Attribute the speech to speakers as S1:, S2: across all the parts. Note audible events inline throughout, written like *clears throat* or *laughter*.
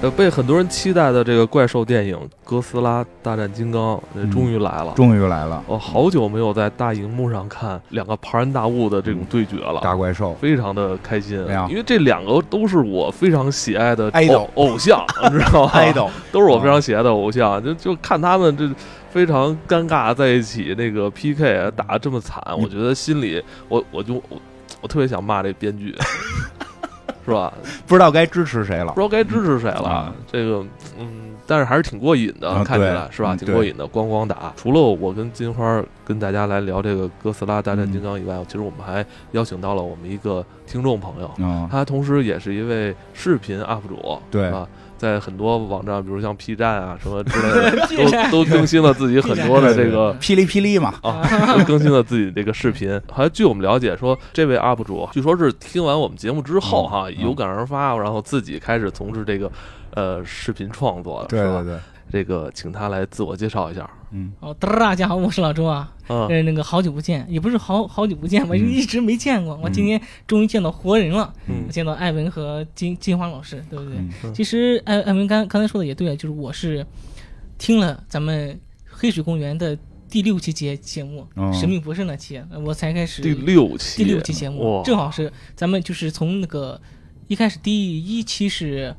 S1: 呃，被很多人期待的这个怪兽电影《哥斯拉大战金刚》，这
S2: 嗯
S1: 终于来了。
S2: 终于来了，
S1: 我好久没有在大荧幕上看两个庞然大物的这种对决了，
S2: 大怪兽，
S1: 非常的开心啊
S2: 哎呀，
S1: 因为这两个都是我非常喜爱的
S3: Idol
S1: 偶偶
S2: *laughs*
S1: 像，你知道吗
S3: idol，
S1: 都是我非常喜爱的偶像，就就看他们这非常尴尬在一起那个 PK 打得这么惨，
S2: 嗯
S1: 我觉得心里我我就我我特别想骂这编
S2: *laughs*
S1: 剧，是吧？
S2: 不知道该支持谁了
S1: *laughs* 不知。道该支持谁了
S2: 啊。
S1: 这个，嗯，但是还是挺过瘾的
S2: 啊，
S1: 看起
S2: 对
S1: 来是吧？
S2: 嗯
S1: 挺过瘾的，咣咣打。除了我跟金花跟大家来聊这个哥斯拉大战金刚以外，其实我们还邀请到了我们一个听众朋友， *laughs*
S2: 嗯，
S1: 他同时也是一位视频 UP 主，
S2: 对
S1: 啊，在很多网站，比如像 P 站啊什么之 *laughs*
S4: *laughs*
S1: 类
S4: P
S1: 的，
S4: 站
S1: 都都更新了自己很多的这个。
S2: 霹雳霹雳嘛，
S1: 啊， *laughs* 都更新了自己这个视频。好像据我们了解说，这位 UP 主据说是听完我们节目之后哈，
S2: 嗯
S1: 有感而发，然后自己开始从事这个呃视频创作的，
S2: 对
S1: 是
S2: 对
S1: 吧？
S2: 对，
S1: 这个请他来自我介绍一下。
S2: 嗯，
S4: 哦，大家好，我是老周啊。
S1: 嗯，
S4: 呃，那个好久不见，也不是好好久不见吧，
S2: 嗯
S4: 一直没见过。我今天终于见到活人了，
S1: 嗯
S4: 见到艾文和金金花老师，对不对？
S2: 嗯
S1: 嗯
S4: 其实艾艾文刚刚才说的也对，啊就是我是听了咱们黑水公园的第六期节节目
S2: 哦
S4: 《神秘博士》那期，呃我才开始
S1: 第六期，
S4: 第六期节目
S1: 哇，
S4: 正好是咱们就是从那个一开始第一期是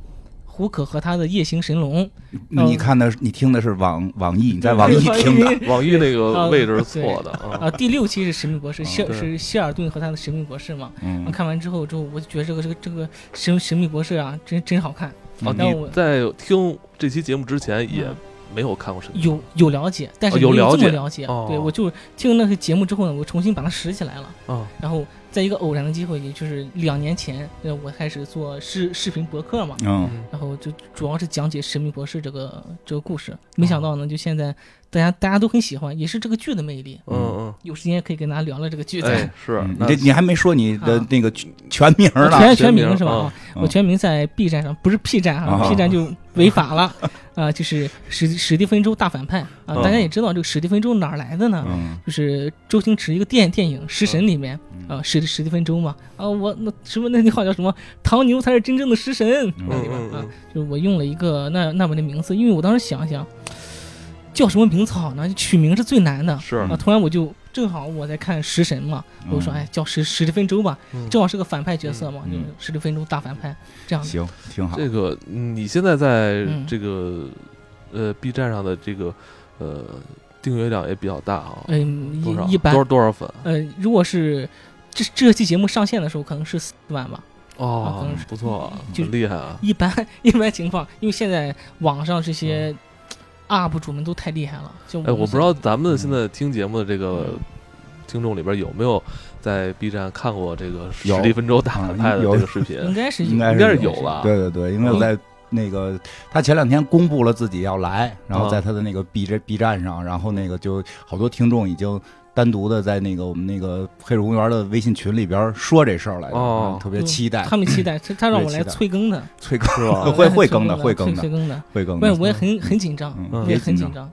S4: 胡可和他的夜行神龙，
S2: 嗯你看的是，你听的是网网易，你在
S4: *laughs*
S2: 网
S4: 网
S2: 易听的，
S1: 网易那个
S4: 啊
S1: 位置是错
S4: *laughs*
S1: 的啊，
S4: 啊，第六期是《神秘博士》，希尔
S1: 对
S4: 是希尔顿和他的《神秘博士》嘛。
S2: 嗯，
S4: 看完之后之后，我就觉得这个这个这个神神秘博士啊，真真好看。
S1: 哦，
S4: 那
S1: 你
S4: 我
S1: 在听这期节目之前也
S4: 嗯
S1: 没有看过神
S4: 有有了解，但是
S1: 哦有
S4: 没
S1: 了
S4: 这么
S1: 解
S4: 了解。
S1: 哦
S4: 对我就听那个节目之后呢，我重新把它拾起来了。
S1: 啊，
S4: 然后在一个偶然的机会，也就是两年前，呃，我开始做视视频博客嘛。
S2: 嗯，
S1: 嗯
S4: 然后就主要是讲解神秘博士这个这个故事，没
S1: 哦
S4: 想到呢，就现在大家大家都很喜欢，也是这个剧的魅力。
S1: 嗯
S4: 有时间可以跟大家聊聊这个剧。
S1: 嗯，
S4: 咱
S1: 哎，是
S2: 嗯，你
S1: 那
S2: 这你还没说你的
S4: 啊
S2: 那个全全名
S4: 我
S2: 呢，
S4: 全
S1: 全
S4: 全
S1: 名
S4: 名是吧？
S1: 啊
S4: 啊
S2: 嗯
S4: 我全名在 B 站上，不是 P 站啊
S2: 啊
S4: ，P 站就违法了。啊，就是史史蒂芬周大反派啊，
S1: 嗯
S4: 大家也知道这个史蒂芬周哪儿来的呢？
S2: 嗯，
S4: 就是周星驰一个电电影《食神》里面
S2: 嗯
S4: 啊，史史蒂芬周嘛啊，我那什么那句话叫什么？唐牛才是真正的食神，
S2: 嗯
S4: 那里
S1: 嗯嗯
S4: 面啊
S1: 嗯，
S4: 就是我用了一个那那本的名字，因为我当时想一想，叫什么名字好呢？取名是最难的
S1: 是
S4: 啊。突然我就正好我在看《食神》嘛，我说
S2: 嗯
S4: 哎，叫史史蒂芬周吧，
S1: 嗯
S4: 正好是个反派角色嘛，
S2: 嗯
S4: 就是十六分钟大反派这样子。
S2: 行，挺好，
S1: 这个你现在在
S4: 嗯
S1: 这个、呃 B 站上的这个呃订阅量也比较大啊，
S4: 嗯，
S1: 多少
S4: 一一般
S1: 多少，多少粉
S4: 呃，如果是这这期节目上线的时候，可能是四万吧。
S1: 哦
S4: 可能是
S1: 不错啊，
S4: 就
S1: 很厉害啊，
S4: 一般一般情况，因为现在网上这些 UP 主们都太厉害了。就
S1: 嗯哎，我
S4: 们
S1: 不知道咱们现在听节目的这个
S4: 嗯
S1: 听众里边有没有在 B 站看过这个史
S2: 有啊
S1: 蒂芬周大反派的
S2: 有
S1: 这个
S2: *laughs*
S1: 视频
S4: 应该是
S2: 应该
S1: 应
S2: 是
S1: 该是
S2: 有
S1: 有吧？
S2: 对对对，因为我
S1: 嗯
S2: 在那个他前两天公布了自己要来，
S1: 嗯
S2: 然后在他的那个 B 站 B 站上，然后那个就好多听众已经单独的在那个我们那个黑水公园的微信群里边说这事儿来了，
S1: 哦
S2: 然后特别期待，
S4: 他们期待，他他让我
S2: 特别
S4: 来
S2: 期待
S4: 催更的，
S2: 催更
S1: 是吧
S2: 会
S4: 他
S2: 会
S4: 催
S2: 更的会更
S4: 更
S2: 的
S4: 催更的。
S2: 会更
S4: 不
S2: 的
S4: 然。我也很很紧张，
S2: 嗯
S1: 嗯
S4: 我也
S2: 别
S4: 很
S2: 紧
S4: 紧
S2: 张，
S4: 张。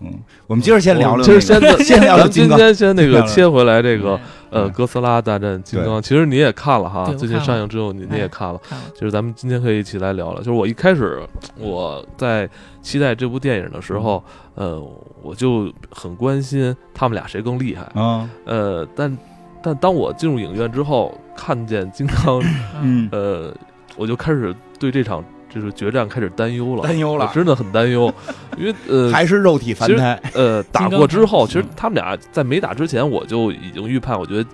S2: 嗯，我们接着先聊聊那
S1: 就
S2: 个，
S1: 是现在
S2: *laughs* 先
S1: 咱
S2: 聊聊
S1: 们
S2: 金
S1: 今
S2: 刚，
S1: 天先那
S2: 聊
S1: 个
S2: 聊
S1: 切回来这个呃
S2: 嗯
S1: 哥斯拉大战金
S2: 对
S1: 刚，其实你也看了哈，
S4: 对我
S1: 最近
S4: 看了
S1: 上映之后你你也
S4: 哎
S1: 看了。
S4: 看了，
S1: 就是咱们今天可以一起来聊聊。就是我一开始
S2: 嗯
S1: 我在期待这部电影的时候，
S2: 嗯
S1: 呃，我就很关心他们俩谁更厉害。
S2: 嗯
S1: 呃，但但当我进入影院之后，看见金刚，
S2: 嗯，
S4: 嗯，
S1: 呃，我就开始对这场就是决战开始担忧了，
S2: 担忧了
S1: 我真的很担忧，因为
S2: *laughs*
S1: 呃
S2: 还是肉体凡
S1: 其实
S2: 胎，
S1: 呃打
S4: 金刚
S1: 过之后，
S4: 嗯
S1: 其实他们俩在没打之前，我就已经预判，我觉得。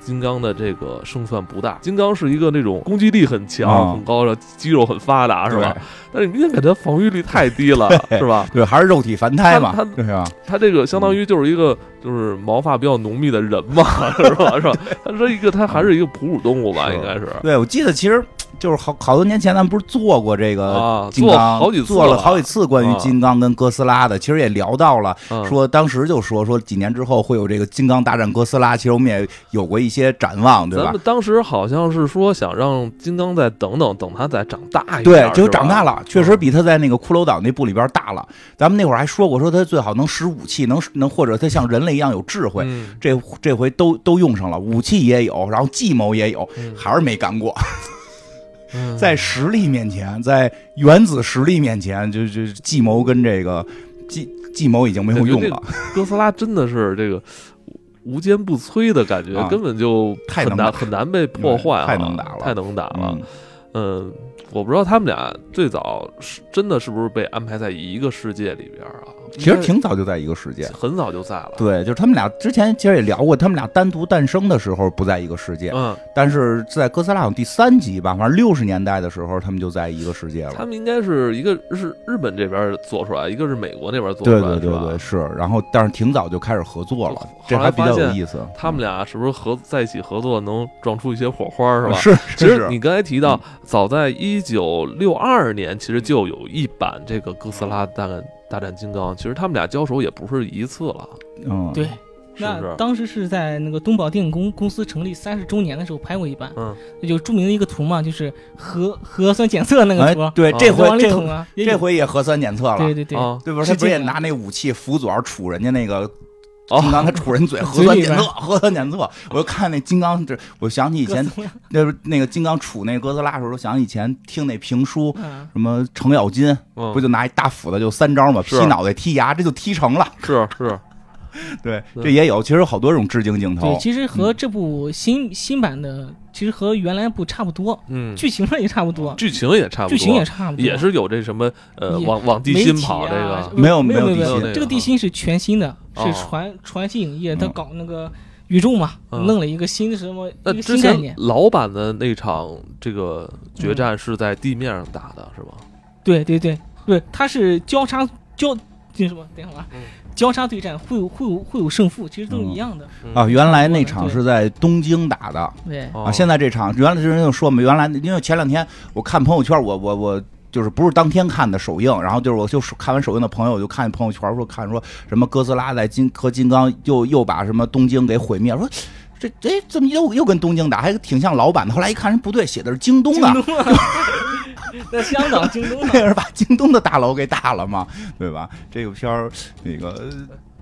S1: 金刚的这个胜算不大。金刚是一个那种攻击力很强、
S2: 啊
S1: 很高，然后肌肉很发达，是吧？但是你明显感觉防御力太低了，
S2: 对
S1: 是吧？
S2: 对？对，还是肉体凡胎嘛
S1: 他，
S2: 对啊吧？
S1: 他这个相当于就是一个就是毛发比较浓密的人嘛，
S2: *laughs*
S1: 是吧？是吧？他是一个，他还是一个哺乳动物吧，
S2: 是
S1: 应该是
S2: 对，我记得其实就是好好多年前，咱们不是做过这个
S1: 啊，
S2: 呃金
S1: 做
S2: 刚
S1: 好几次
S2: 做了好几次关于
S1: 啊
S2: 金刚跟哥斯拉的，其实也聊到了，
S1: 嗯
S2: 说当时就说说几年之后会有这个金刚大战哥斯拉，其实我们也有过一些展望，对
S1: 咱
S2: 吧
S1: 们？当时好像是说想让金刚再等等，等他再长大一点，
S2: 对，
S1: 就
S2: 就长大了，确实
S1: 嗯
S2: 比他在那个骷髅岛那部里边大了。咱们那会儿还说过，说他最好能使武器，能能或者他像人类一样有智慧。
S1: 嗯
S2: 这这回都都用上了，武器也有，然后计谋也有，
S1: 嗯
S2: 还是没干过。
S1: 嗯
S2: 在实力面前，在原子实力面前，就就计谋跟这个计计谋已经没有用了，
S1: 哥斯拉真的是这个无坚不摧的感觉，
S2: 啊
S1: 根本就
S2: 太
S1: 很
S2: 能打
S1: 难很难被破坏啊，
S2: 太能打了
S1: 太能打了
S2: 嗯。，
S1: 嗯，我不知道他们俩最早是真的是不是被安排在一个世界里边儿啊？
S2: 其实挺早就在一个世
S1: 应
S2: 界
S1: 该。很早就在了。
S2: 对，就是他们俩之前其实也聊过，他们俩单独诞生的时候不在一个世界，
S1: 嗯，
S2: 但是在哥斯拉好像第三集吧，反正六十年代的时候，他们就在一个世界了
S1: 他。们应该是一个是日本这边做出来，一个是美国那边做出来，
S2: 对对对
S1: 是吧
S2: 对，是。然后，但是挺早就开始合作了，
S1: 就
S2: 这
S1: 后来
S2: 还比
S1: 发
S2: 较有
S1: 现
S2: 意思。
S1: 他们俩是不是合在一起合作能撞出一些火花，是吧？
S2: *laughs* 是，
S1: 其
S2: 是
S1: 实你刚才提
S2: 嗯
S1: 到，早在一九六二年，其实就有一版这个哥斯拉
S2: 嗯
S1: 大战大战金刚。其实他们俩交手也不是一次了，
S2: 嗯，
S4: 对，
S1: 是不
S4: 那
S1: 是？
S4: 当时是在那个东宝电影公公司成立三十周年的时候拍过一版，
S1: 嗯，
S4: 有著名的一个图嘛，就是核核酸检测那个
S2: 哎
S4: 图，，
S2: 对，
S1: 啊
S2: 这
S4: 往
S2: 回
S4: 里
S2: 这
S4: 捅
S2: 回
S4: 啊，也有
S2: 这回也核酸检测了，
S4: 对对对，
S1: 啊，
S2: 对不是？他
S4: 致
S2: 不是也
S4: 敬
S2: 拿那武器辅佐杵人家那个
S1: 哦
S2: 金刚，他杵
S1: *laughs*
S2: 人嘴，核
S4: 嘴
S2: 酸
S4: 里
S2: 检
S4: 边
S2: 测，核酸检测。我就看那金刚，这我想起以
S4: 各
S2: 前
S4: 种样
S2: 那那个金刚杵那哥斯拉的时候，我想起以前听那评书。
S4: 嗯，
S2: 什么程咬金
S1: 嗯
S2: 不就拿一大斧子就三招嘛，
S4: 啊
S1: 是
S2: 劈脑袋、踢牙，这就踢成了。
S1: 是是，
S2: 对，
S1: 对
S2: 这也有，其实有好多这种致敬
S1: 哦
S2: 镜头
S4: 对，。其实和这部新新版的其实和原来部差不多，
S1: 嗯，
S4: 剧情上也差不多，
S1: 剧情也差不多，
S4: 剧情也差不多，
S1: 也是有这什么呃，
S4: 也
S1: 往往地
S4: 媒
S1: 心
S4: 体
S1: 跑这
S4: 啊
S1: 个
S4: 什么
S2: 没有
S4: 没
S2: 没有
S4: 没
S2: 地
S1: 心
S4: 这个地心是全新的，
S1: 哦
S4: 是传传奇影业他
S2: 嗯
S4: 搞那个宇宙嘛，
S1: 嗯
S4: 弄了一个新的什么
S1: 那
S4: 一个
S1: 之
S4: 新概
S1: 前
S4: 念，嗯
S1: 老版的那场这个决战是在地面上打的，是吧？
S4: 对对对，对，它是交叉交那什么，等一会儿啊
S1: 嗯，
S4: 交叉对战会有会有会有胜负，其实都是一样的，
S2: 啊，原来那
S4: 嗯
S2: 场
S4: 对
S2: 是在东京打的，
S4: 对，
S1: 哦
S2: 啊，现在这场原来之前就说嘛，原来因为前两天我看朋友圈，我我我就是不是当天看的首映，然后就是我就是看完首映的朋友，我就看朋友圈说看说什么哥斯拉在金和金刚又又把什么东京给毁灭，说这哎怎么又又跟东京打，还挺像老版的。后来一看人不对，写的是京东
S4: *laughs* 京
S2: 啊，
S4: 东啊，那香港京东啊
S2: 那是把京东的大楼给打了嘛，对吧？这个片儿那个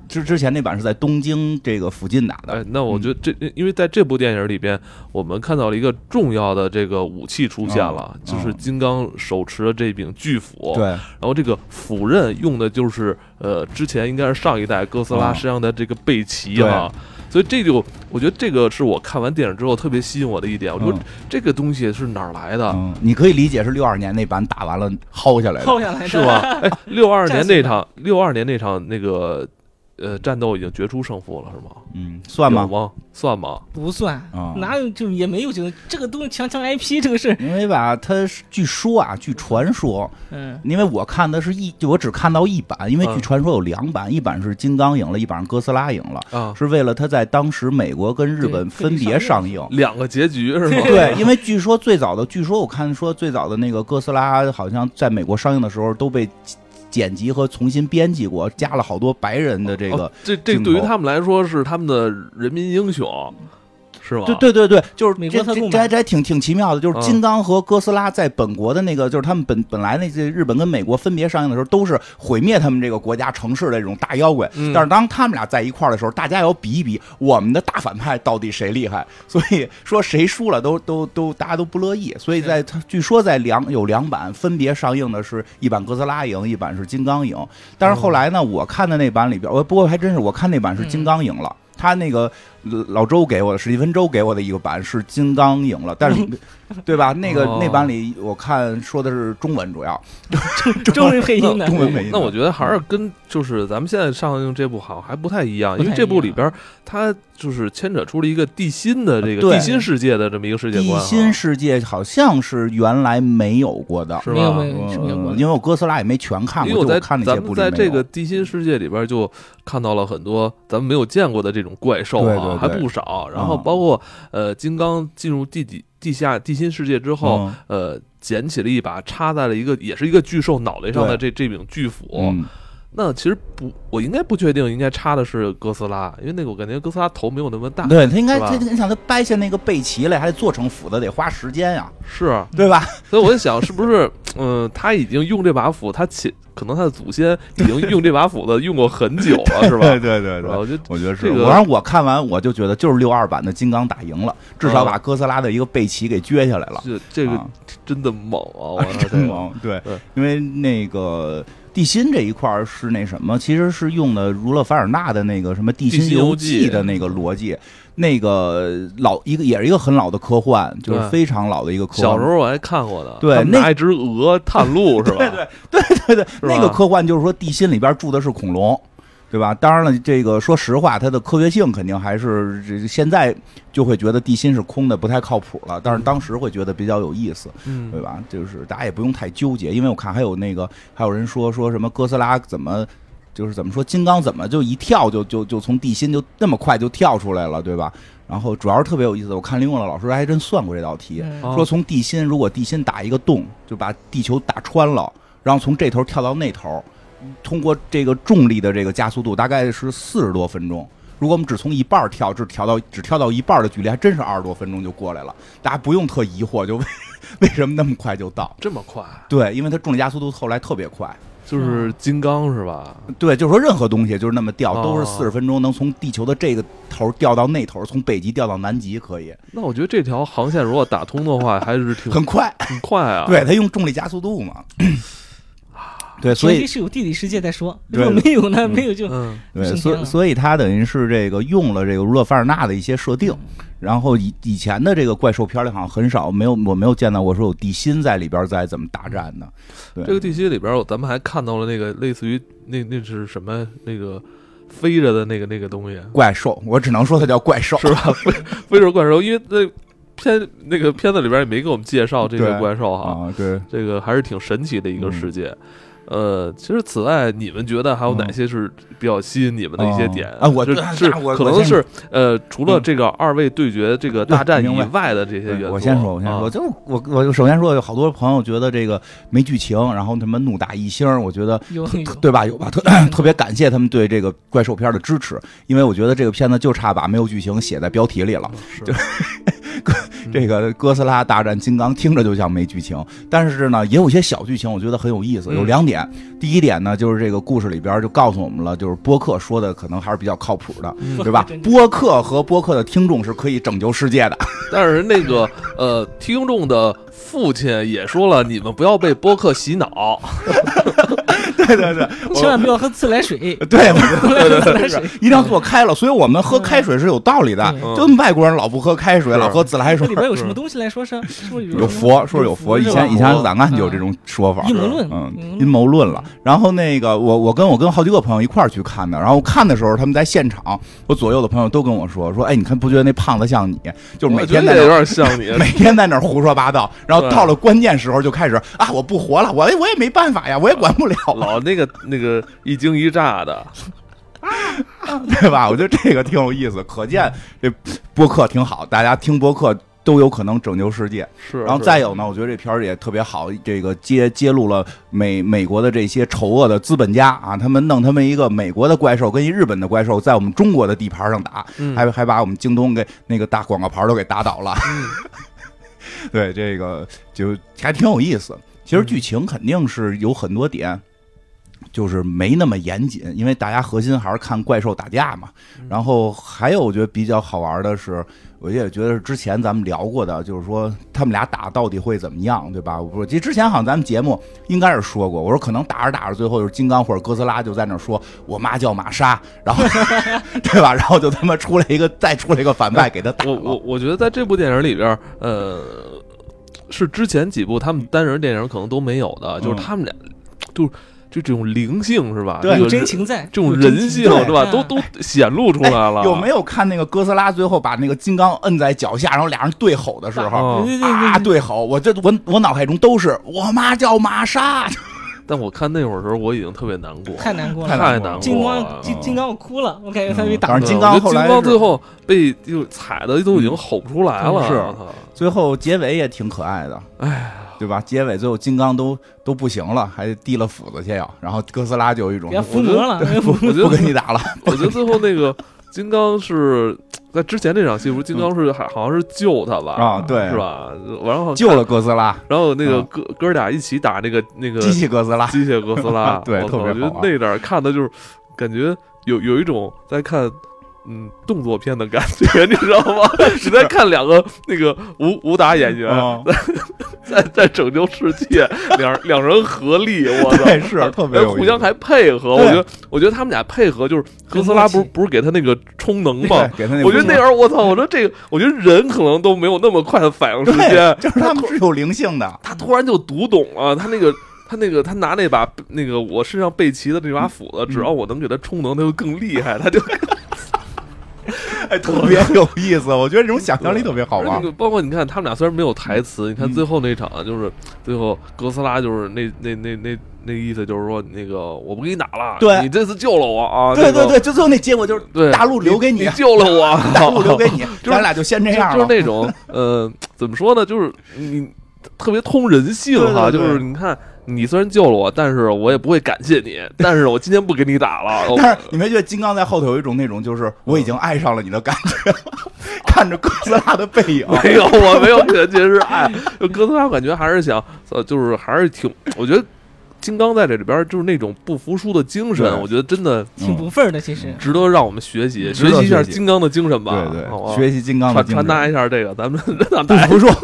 S2: 之之前那版是在东京这个附近打的嗯
S1: 哎，，那我觉得这，因为在这部电影里边，我们看到了一个重要的这个武器出现了
S2: 嗯，
S1: 就是金刚手持的这柄巨斧。，
S2: 对。
S1: 然后这个斧刃用的就是呃，之前应该是上一代哥斯拉
S2: 嗯
S1: 身上的这个背鳍啊。所以这就，我觉得这个是我看完电影之后特别吸引我的一点。我说
S2: 嗯
S1: 这个东西是哪儿来的，
S2: 嗯，你可以理解是六二年那版打完了薅下来的，
S4: 扣下来的
S1: 是
S4: *laughs*
S1: 吧？哎，六二
S4: 战
S1: 年
S4: 术
S1: 那场，六二年那场那个呃战斗已经决出胜负了，是吗？
S2: 嗯，算吗
S1: 有？吗？算吗？
S4: 不算
S2: 哦，
S4: 哪有就也没有觉得这个东西强强 IP 这个事儿，
S2: 因为吧，它是据说啊，据传说，
S4: 嗯，
S2: 因为我看的是一，就我只看到一版，因为
S1: 嗯
S2: 据传说有两版，一版是金刚赢了，一版是哥斯拉赢了，
S1: 啊，
S2: 是为了它在当时美国跟日本
S4: 对
S2: 分别上映。
S1: 两个结局是吗？
S2: 对，因为据说最早的，据说我看说最早的那个哥斯拉，好像在美国上映的时候都被剪辑和重新编辑过，加了好多白人的这个
S1: 哦，这这
S2: 镜头
S1: 对于他们来说是他们的人民英雄，是吗？
S2: 对对对对，就是
S4: 美
S2: 这
S4: 国特
S2: 这
S4: 供
S2: 这还
S4: 版
S2: 这还挺挺奇妙的，就是
S1: 嗯
S2: 金刚和哥斯拉在本国的那个，就是他们本本来那些日本跟美国分别上映的时候，都是毁灭他们这个国家城市的这种大妖怪。
S1: 嗯
S2: 但是当他们俩在一块儿的时候，大家要比一比我们的大反派到底谁厉害， *laughs* 所以说谁输了都都都大家都不乐意。所以在他据说在两有两版分别上映的是一版哥斯拉赢，一版是金刚赢。但是后来呢，我看的那版里边，我不过还真是我看那
S1: 嗯
S2: 版是金刚赢了。他那个呃老周给我的史蒂芬周给我的一个版是金刚赢了，但是
S1: *laughs*
S2: 里对吧？那个、
S1: 哦
S2: 那版里我看说的是中文主要，
S4: 中文配音的，
S2: 中文没。
S1: *laughs* 嗯那我觉得还是跟就是咱们现在上映这部好像还不太一样，因为这部里边它就是牵扯出了一个地心的这个
S2: 对
S1: 地心世界的这么一个世界观
S2: 地
S1: 啊，
S2: 心世界好像是原来没有过的，
S1: 是
S4: 没有
S1: 吧
S4: 没？有是没有
S2: 嗯
S4: 过的，
S2: 因为我哥斯拉也没全看
S1: 因
S2: 过，
S1: 为我
S2: 就
S1: 在
S2: 我看那
S1: 咱
S2: 些
S1: 们
S2: 部
S1: 在
S2: 里没
S1: 这
S2: 有
S1: 个地心世界里边就看到了很多咱们没有见过的这种怪兽
S2: 对对
S1: 啊，还
S2: 对
S1: 不少。然后
S2: 嗯
S1: 包括呃，金刚进入地底地下地心世界之后，
S2: 嗯
S1: 呃，捡起了一把插在了一个也是一个巨兽脑袋上的这这
S2: 对
S1: 柄巨斧。
S2: 嗯
S1: 那其实不，我应该不确定，应该插的是哥斯拉，因为那个我感觉哥斯拉头没有那么大。
S2: 对他应该
S1: 是吧
S2: 他你想他掰下那个背鳍来，还得做成斧子，得花时间呀，
S1: 是，啊
S2: 对吧？
S1: 嗯所以我在想，是不是，嗯、他已经用这把斧，他潜可能他的祖先已经用这把斧子用过很久了，是吧？
S2: 对对对
S1: 是
S2: 对
S1: 吧？，我觉得
S2: 我觉得是。
S1: 这个
S2: 我让我看完，我就觉得就是六二版的金刚打赢了，至少把哥斯拉的一个背鳍给撅下来了。
S1: 这这个
S2: 啊
S1: 真的猛啊！我操，这
S2: 真
S1: 个
S2: 猛，对
S1: 对，
S2: 因为那个地心这一块儿是那什么，其实是用的儒勒凡尔纳的那个什么《地
S1: 地
S2: 心
S1: 心游
S2: 游
S1: 记
S2: 记》的那个逻辑，那个老一个也是一个很老的科幻，就是
S1: 对
S2: 非常老的一个科幻。
S1: 小时候我还看过呢，
S2: 对
S1: 他们
S2: 那
S1: 拿一只鹅探路是吧？对对
S2: 对对，
S1: 吧
S2: 那个科幻就是说地心里边住的是恐龙，对吧？当然了，这个说实话，它的科学性肯定还是这现在就会觉得地心是空的，不太靠谱了。但是当时会觉得比较有意思，对
S1: 嗯，
S2: 吧？就是大家也不用太纠结，因为我看还有那个还有人说说什么哥斯拉怎么。就是怎么说，金刚怎么就一跳就就就从地心就那么快就跳出来了，对吧？然后主要是特别有意思的，我看林永乐老师还真算过这道题，
S4: 嗯
S1: 哦
S2: 说从地心，如果地心打一个洞，就把地球打穿了，然后从这头跳到那头，通过这个重力的这个加速度，大概是四十多分钟。如果我们只从一半儿跳，只跳到只跳到一半儿的距离，还真是二十多分钟就过来了。大家不用特疑惑，就为 *laughs* 为什么那么快就到？
S1: 这么快，
S2: 对，因为它重力加速度后来特别快。嗯
S1: 就是金刚是吧？
S2: 对，就是说任何东西就是那么掉，都
S1: 哦
S2: 是四十分钟，能从地球的这个头儿掉到那头儿，从北极掉到南极，可以
S1: 那我觉得这条航线如果打通的话，还是挺
S2: 很快。
S1: 挺快啊。
S2: 对，它用重力加速度嘛。对，所
S4: 前
S2: 以
S4: 提是有地理世界再说，如
S2: 对
S4: 果没有呢，
S2: 嗯
S4: 没有就
S1: 嗯，
S2: 对，
S4: 升
S2: 所
S4: 天了
S2: 所以它等于是这个用了这个儒勒凡尔纳的一些设定，然后以以前的这个怪兽片里好像很少没有我没有见到过说有地心在里边在怎么大战的，对，
S1: 这个地心里边儿，咱们还看到了那个类似于那那是什么那个飞着的那个那个东西，
S2: 怪兽我只能说它叫怪兽，啊
S1: 是吧？飞飞着怪兽，因为那片那个片子里边儿也没给我们介绍这个
S2: 对嗯
S1: 怪兽哈，
S2: 啊，对，
S1: 这个还是挺神奇的一个世界。呃，其实此外，你们觉得还有哪些是比较吸引你们的一些点
S2: 嗯哦啊我
S1: 是
S2: 那
S1: 是
S2: 那我
S1: 可
S2: 我
S1: 能
S2: 先嗯
S1: 是呃，除了这个二位对决这个大战以外的这些元素，
S2: 我先说，我先说，
S1: 啊
S2: 就是我我首先说，有好多朋友觉得这个没剧情，然后他们怒打一星，我觉得
S4: 有有
S2: 对吧？有吧？特 *clears throat* 特别感谢他们对这个怪兽片的支持，因为我觉得这个片子就差把没有剧情写在标题里了。
S1: 是
S2: 就
S4: 嗯
S2: 这个哥斯拉大战金刚听着就像没剧情，但是呢，也有一些小剧情，我觉得很有意思。
S1: 嗯
S2: 有两点，第一点呢，就是这个故事里边就告诉我们了，就是播客说的可能还是比较靠谱的，
S1: 嗯
S2: 对吧
S4: *laughs* 真？的
S2: 播客和播客的听众是可以拯救世界
S4: *laughs*
S2: 的。
S1: 但是那个呃，听众的父亲也说了，你们不要被播客洗脑。
S2: 对对对，
S4: 千万不要喝自来水，
S2: 对，我觉
S4: 不
S2: 得
S4: 要喝自来水，
S2: 一定要做开了，所以我们喝开水是有道理的。
S4: 嗯
S2: 就外国人老不喝开水，
S1: 是
S2: 老喝自来
S4: 这
S2: 水
S4: 里。边有什么东西来说是？是不是
S2: 有佛，说有佛，以
S4: 是吧
S2: 前以前档案就有
S4: 嗯
S2: 这种说法。
S4: 阴谋论，
S2: 嗯，阴谋论了。然后那个，我我跟我跟好几个朋友一块儿去看的。然后看的时候，他们在现场，我左右的朋友都跟我说说，哎，你看不觉得那胖子像你？就是每
S1: 我觉
S2: 天
S1: 得
S2: 在
S1: 也有
S2: 那
S1: 点像你，
S2: *laughs* 每天在那儿胡说八道，然后
S1: 对
S2: 到了关键时候就开始啊，我不活了，我我也没办法呀，我也管不了了，
S1: 老那个那个一惊一乍的。
S2: 对吧？我觉得这个挺有意思，可见这播客挺好，大家听播客都有可能拯救世界。
S1: 是，
S2: 然后
S1: 是
S2: 再有呢，我觉得这片儿也特别好，这个揭揭露了美美国的这些丑恶的资本家啊，他们弄他们一个美国的怪兽跟一日本的怪兽在我们中国的地盘上打，
S1: 嗯
S2: 还还把我们京东给那个大广告牌儿都给打倒了。 *laughs* 对，这个就还挺有意思。其实剧情肯定是有很多点。就是没那么严谨，因为大家核心还是看怪兽打架嘛。然后还有我觉得比较好玩的是，我也觉得是之前咱们聊过的，就是说他们俩打到底会怎么样，对吧？我记得之前好像咱们节目应该是说过，我说可能打着打着，最后就是金刚或者哥斯拉就在那儿说我妈叫玛莎，然后 *laughs* 对吧？然后就他妈出来一个再出来一个反派给他打
S1: 我
S2: 了
S1: 我我觉得在这部电影里边儿，呃，是之前几部他们单人电影可能都没有的，
S2: 嗯
S1: 就是他们俩，就是就这种灵性是吧？
S2: 对
S1: 这
S4: 有
S1: 个
S4: 真
S1: 人
S4: 情在，
S1: 这种
S4: 有真
S1: 人性
S4: 情在
S1: 是吧？
S4: 嗯
S1: 都都显露 *laughs* 出来了。
S2: 哎有没有看那个哥斯拉最后把那个金刚摁在脚下，然后俩人对吼的时候？
S1: 哦
S4: 对对对
S2: 啊，
S4: 对，
S2: 对吼！我这我我脑海中都是我妈叫玛莎， *laughs*
S1: 但我看那会儿的时候，我已经特别难过，
S4: 太难过
S2: 太
S4: 了。
S1: 太
S2: 难
S1: 难
S4: 金
S1: 过
S4: 光
S1: 了。哦
S4: 金金刚，我哭了，我感觉他
S2: 嗯
S4: 被打
S2: 当然
S4: 了
S2: 金刚
S1: 我觉
S2: 后
S1: 得
S2: 来
S1: 金刚
S2: 是
S1: 最后被就踩的都已经吼不出来了，
S2: 嗯是
S1: 我操
S2: 最后结尾也挺可爱的，
S1: 哎，
S2: 对吧？结尾最后金刚都都不行了，还递了斧子去要，然后哥斯拉就有一种
S4: 别
S1: 斧
S4: 伏魔了，别伏
S2: 不
S1: 我觉得 *laughs*
S2: 不跟你打了， *laughs*
S1: 我觉得最后那个金刚是在之前那场戏，不是金刚是还好像是救他吧？
S2: 嗯啊，对，
S1: 是？吧？然后
S2: 救了哥斯拉，
S1: 然后那个
S2: 啊
S1: 哥哥俩一起打那个那个
S2: 机器哥斯拉，
S1: 机械哥斯拉，
S2: *laughs* 对
S1: 我靠我
S2: 特别
S1: 觉得
S2: 好玩啊
S1: 那点儿看的就是感觉有有一种在看。嗯，动作片的感觉，你知道
S2: *laughs*
S1: 吗？你在看两个那个武武打演员、 *laughs*
S2: 啊，
S1: 在在拯救世
S2: *laughs*
S1: 界，两两人合力，我操，
S2: 对，是特别
S1: 哎
S2: 有意思
S1: 互相还配合。我
S2: 对
S1: 觉得，我觉得他们俩配合就是哥斯拉不是
S4: 很默契
S1: 不是给他那个充能吗
S2: 对？给他那
S1: 我觉得
S2: 武器
S1: 那会儿我操，我说这个，我觉得人可能都没有那么快的反应时间
S2: 对，，就是他们是有灵性的，
S1: 他突然就读懂了，他那个。他那个，他拿那把那个我身上备齐的那把斧
S2: 嗯
S1: 子，只要我能给他充能，他就更厉害，他就
S2: 哎，特别有意思。我觉得这种想象力特别好啊嗯
S1: 而且那
S2: 玩
S1: 个。包括你看，他们俩虽然没有台词，你看最后那场就是最后哥斯拉就是那那那那那意思就是说那个我不给你打了，
S2: 对
S1: 你这次救了我啊，
S2: 对对
S1: 那个
S2: 对，就最后那结果就是
S1: 对，
S2: 大陆留给
S1: 你，
S2: 你，
S1: 救了我，
S2: *laughs* 大陆留给你，
S1: 是
S2: 咱俩就先这样
S1: *laughs* 就
S2: 了
S1: 就。是那种呃，怎么说呢，就是你特别通人性哈，
S2: 对对对
S1: 就是你看。你虽然救了我，但是我也不会感谢你。但是我今天不给你打
S2: *laughs*
S1: 了，我
S2: 但是你没觉得金刚在后头有一种那种就是我已经爱上了你的感觉吗？ *laughs* 看着哥斯拉的背影，
S1: 没有，我没有感觉是爱。哎就哥斯拉感觉还是想，呃，就是还是挺，我觉得金刚在这里边儿就是那种不服输的精神
S2: 对，
S1: 我觉得真的
S2: 嗯
S4: 挺不忿儿的，其实。
S1: 值得让我们学习，
S2: 值得
S1: 习一下
S2: 学习
S1: 金刚的精神吧，
S2: 对
S1: 好吧
S2: 对，学习金刚的
S1: 传
S2: 精神
S1: 传达一下这个，咱们 *laughs* 咱们
S2: 不服输，
S4: 不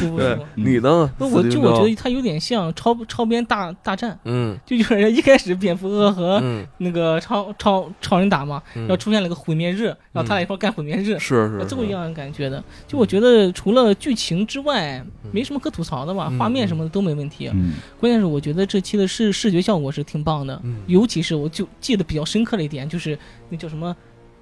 S2: 嗯
S4: 不
S1: 对
S4: 不，
S1: 你呢？
S4: 不，我
S1: 四
S4: 就
S1: 金
S4: 我
S1: 刚
S4: 觉得，他有点像超超编大大战，
S1: 嗯
S4: 就就是一开始蝙蝠哥和
S1: 嗯，
S4: 那个超超超人打嘛，
S1: 嗯
S4: 然啊后出现了个毁灭日，然后他俩一块儿干毁灭日，
S1: 是
S4: 啊
S1: 是
S4: 这个
S1: 是
S4: 样感觉的。就我觉得除了剧情之外，没什么可吐槽的吧，
S1: 嗯
S4: 画面什么的都没问题。
S2: 嗯，
S4: 关键是我觉得这期的视视觉效果是挺棒的，
S1: 嗯
S4: 尤其是我就记得比较深刻的一点就是那叫什么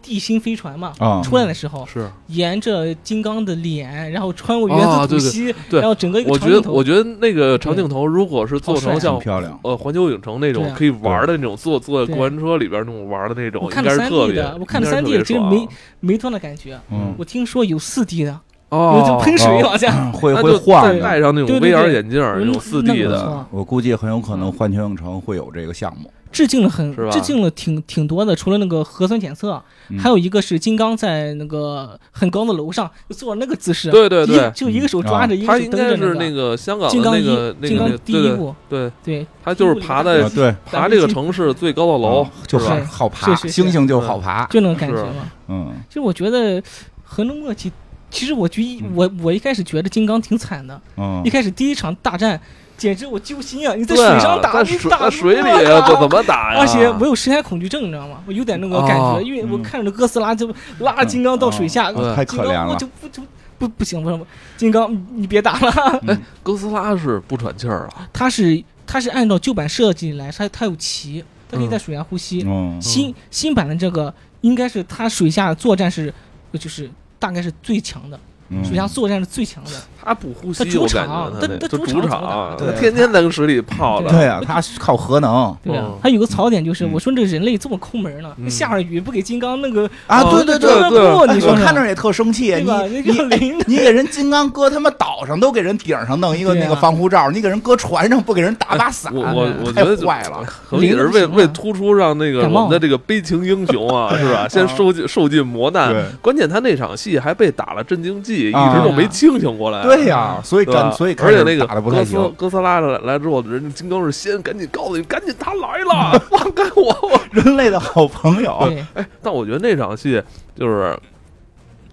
S4: 地心飞船嘛。
S2: 啊，
S1: 嗯
S4: 出来的时候，
S1: 是，
S4: 沿着金刚的脸，然后穿过原
S1: 啊
S4: 子
S1: 对
S4: 吐
S1: 对
S4: 息，
S1: 对
S4: 然后整个一个
S1: 我觉
S4: 长镜
S1: 得
S4: 头，
S1: 我觉得那个长镜头如果是做
S4: 好帅
S1: 成
S4: 啊
S1: 像
S2: 很漂亮。
S1: 呃，环球影城那
S4: 对
S1: 种
S4: 啊
S1: 可以玩的那种，坐坐在
S4: 对
S1: 过山车里边那种玩的那种，
S4: 我
S1: 应
S4: 看
S1: 该
S4: 了
S1: 是
S4: 三
S1: 特
S4: D
S1: 别
S4: 的，我看了
S1: 应该是
S4: 三
S1: 特
S4: D
S1: 别
S4: 的，其实
S1: 爽啊
S4: 没没多大感觉。
S2: 嗯，
S4: 我听说有四 D 的，有
S1: 哦
S4: 就，喷水往下，
S1: *laughs*
S2: 嗯会
S1: 那
S2: 会
S1: 就
S2: 换
S1: 再
S2: 的。
S1: 戴上那种
S4: 对对
S1: VR
S4: 对
S1: 眼镜儿，那种四
S4: 那
S1: D
S4: 个
S1: 的，
S4: 错
S2: 我估计很有可能环球影城会有这个项目，
S4: 致敬了很
S1: 是吧
S4: 致敬了挺挺多的，除了那个核酸检测，
S2: 嗯
S4: 还有一个是金刚在那个很高的楼上就坐着那个姿势，
S1: 对对对嗯啊
S4: 一，就一个手抓着，一
S1: 他
S4: 个手
S1: 应
S4: 蹬
S1: 该
S4: 着
S1: 是
S4: 那
S1: 那
S4: 个。
S1: 个香港
S4: 金
S1: 的
S4: 刚
S1: 那
S4: 一
S1: 个，那
S4: 金
S1: 个
S4: 刚
S1: 那
S4: 第一
S1: 对对
S4: 部，
S1: 对，
S4: 对
S1: 他就是爬在
S2: 啊对，
S1: 爬这个城市最高的楼
S2: 啊，就
S1: 吧
S2: 好？好爬，
S4: 是是是
S2: 星星就
S1: 嗯
S2: 好爬，
S4: 就那种感觉
S1: 是
S4: 嘛。
S2: 嗯
S4: 其实我觉得和龙默契，其实我觉一
S2: 嗯
S4: 我我一开始觉得金刚挺惨的，
S2: 嗯
S4: 一，开始第一场大战简直我揪心啊！你在
S1: 对
S4: 水
S1: 啊，
S4: 上打，
S1: 在
S4: 你
S1: 水
S4: 打
S1: 在水
S4: 不过
S1: 里啊
S4: 呀
S1: 怎怎么哎打呀？
S4: 而且我有深海恐惧症，你知道吗？我有点那个感觉，
S1: 哦
S4: 因为我
S2: 嗯
S4: 看着哥斯拉就拉着金刚到水下，
S1: 嗯哦
S2: 太
S4: 金
S2: 可怜
S4: 刚我
S2: 了
S4: 就不就不不行，不行，不金刚你你别打了。 *laughs*
S2: 嗯
S1: 哎哥斯拉是不喘气儿啊，
S4: 它是它是按照旧版设计来，它它有鳍，它可以
S1: 嗯
S4: 在水下呼吸。
S2: 嗯
S4: 新新版的这个应该是它水下作战是就是大概是最强的，
S2: 嗯
S4: 水下作战是最强的。
S1: 他不呼
S4: 它
S1: 吸，
S4: 主
S1: 我感
S4: 场
S1: 觉
S4: 它
S1: 那
S4: 它
S1: 就
S4: 主
S1: 主场
S4: 场怎么
S1: 啊，
S2: 打
S1: 他
S2: 对
S1: 天天在水里泡
S4: 对
S1: 的，
S2: 对啊，他是靠核能
S4: 对啊
S1: 嗯，
S4: 它有个槽点就是，
S2: 嗯
S4: 我说这人类这么抠门呢，
S1: 嗯
S4: 下着雨不给金刚那个
S2: 啊，
S1: 哦
S2: 对对对
S1: 对
S4: 俱乐
S1: 对
S4: 部
S2: 哎
S4: 你说
S2: 我
S4: 说
S2: 看着也特生气，
S4: 对
S2: 你
S4: 吧？
S2: 你
S4: 就
S2: *laughs*
S4: 淋着
S2: 你给人金刚搁他妈岛上都给人顶上弄一个
S4: 对啊
S2: 那个防护罩，你给人搁船上不给人打把伞，
S1: 我我我觉
S2: 太
S1: 得就
S2: 坏了。
S1: 可能也是
S4: 零
S1: 为
S4: 食嘛
S1: 为突出让那个
S4: 感
S1: 我
S4: 冒
S1: 们的这个悲情英雄
S2: *laughs*
S1: 啊，是吧？先受尽受尽磨难
S2: 对，
S1: 关键他那场戏还被打了镇静剂，一
S2: 啊
S1: 直都没清醒过来。
S2: *laughs* 对呀，所以
S1: 嗯对吧
S2: 干所以开
S1: 而
S2: 始
S1: 且那个
S2: 打的不太
S1: 哥斯
S2: 行，
S1: 哥斯拉来来之后，人家金刚是先赶紧告诉你，赶紧他来
S2: *laughs*
S1: 了，放开我！
S2: 人类的好朋友，
S4: 对
S1: 哎，但我觉得那场戏就是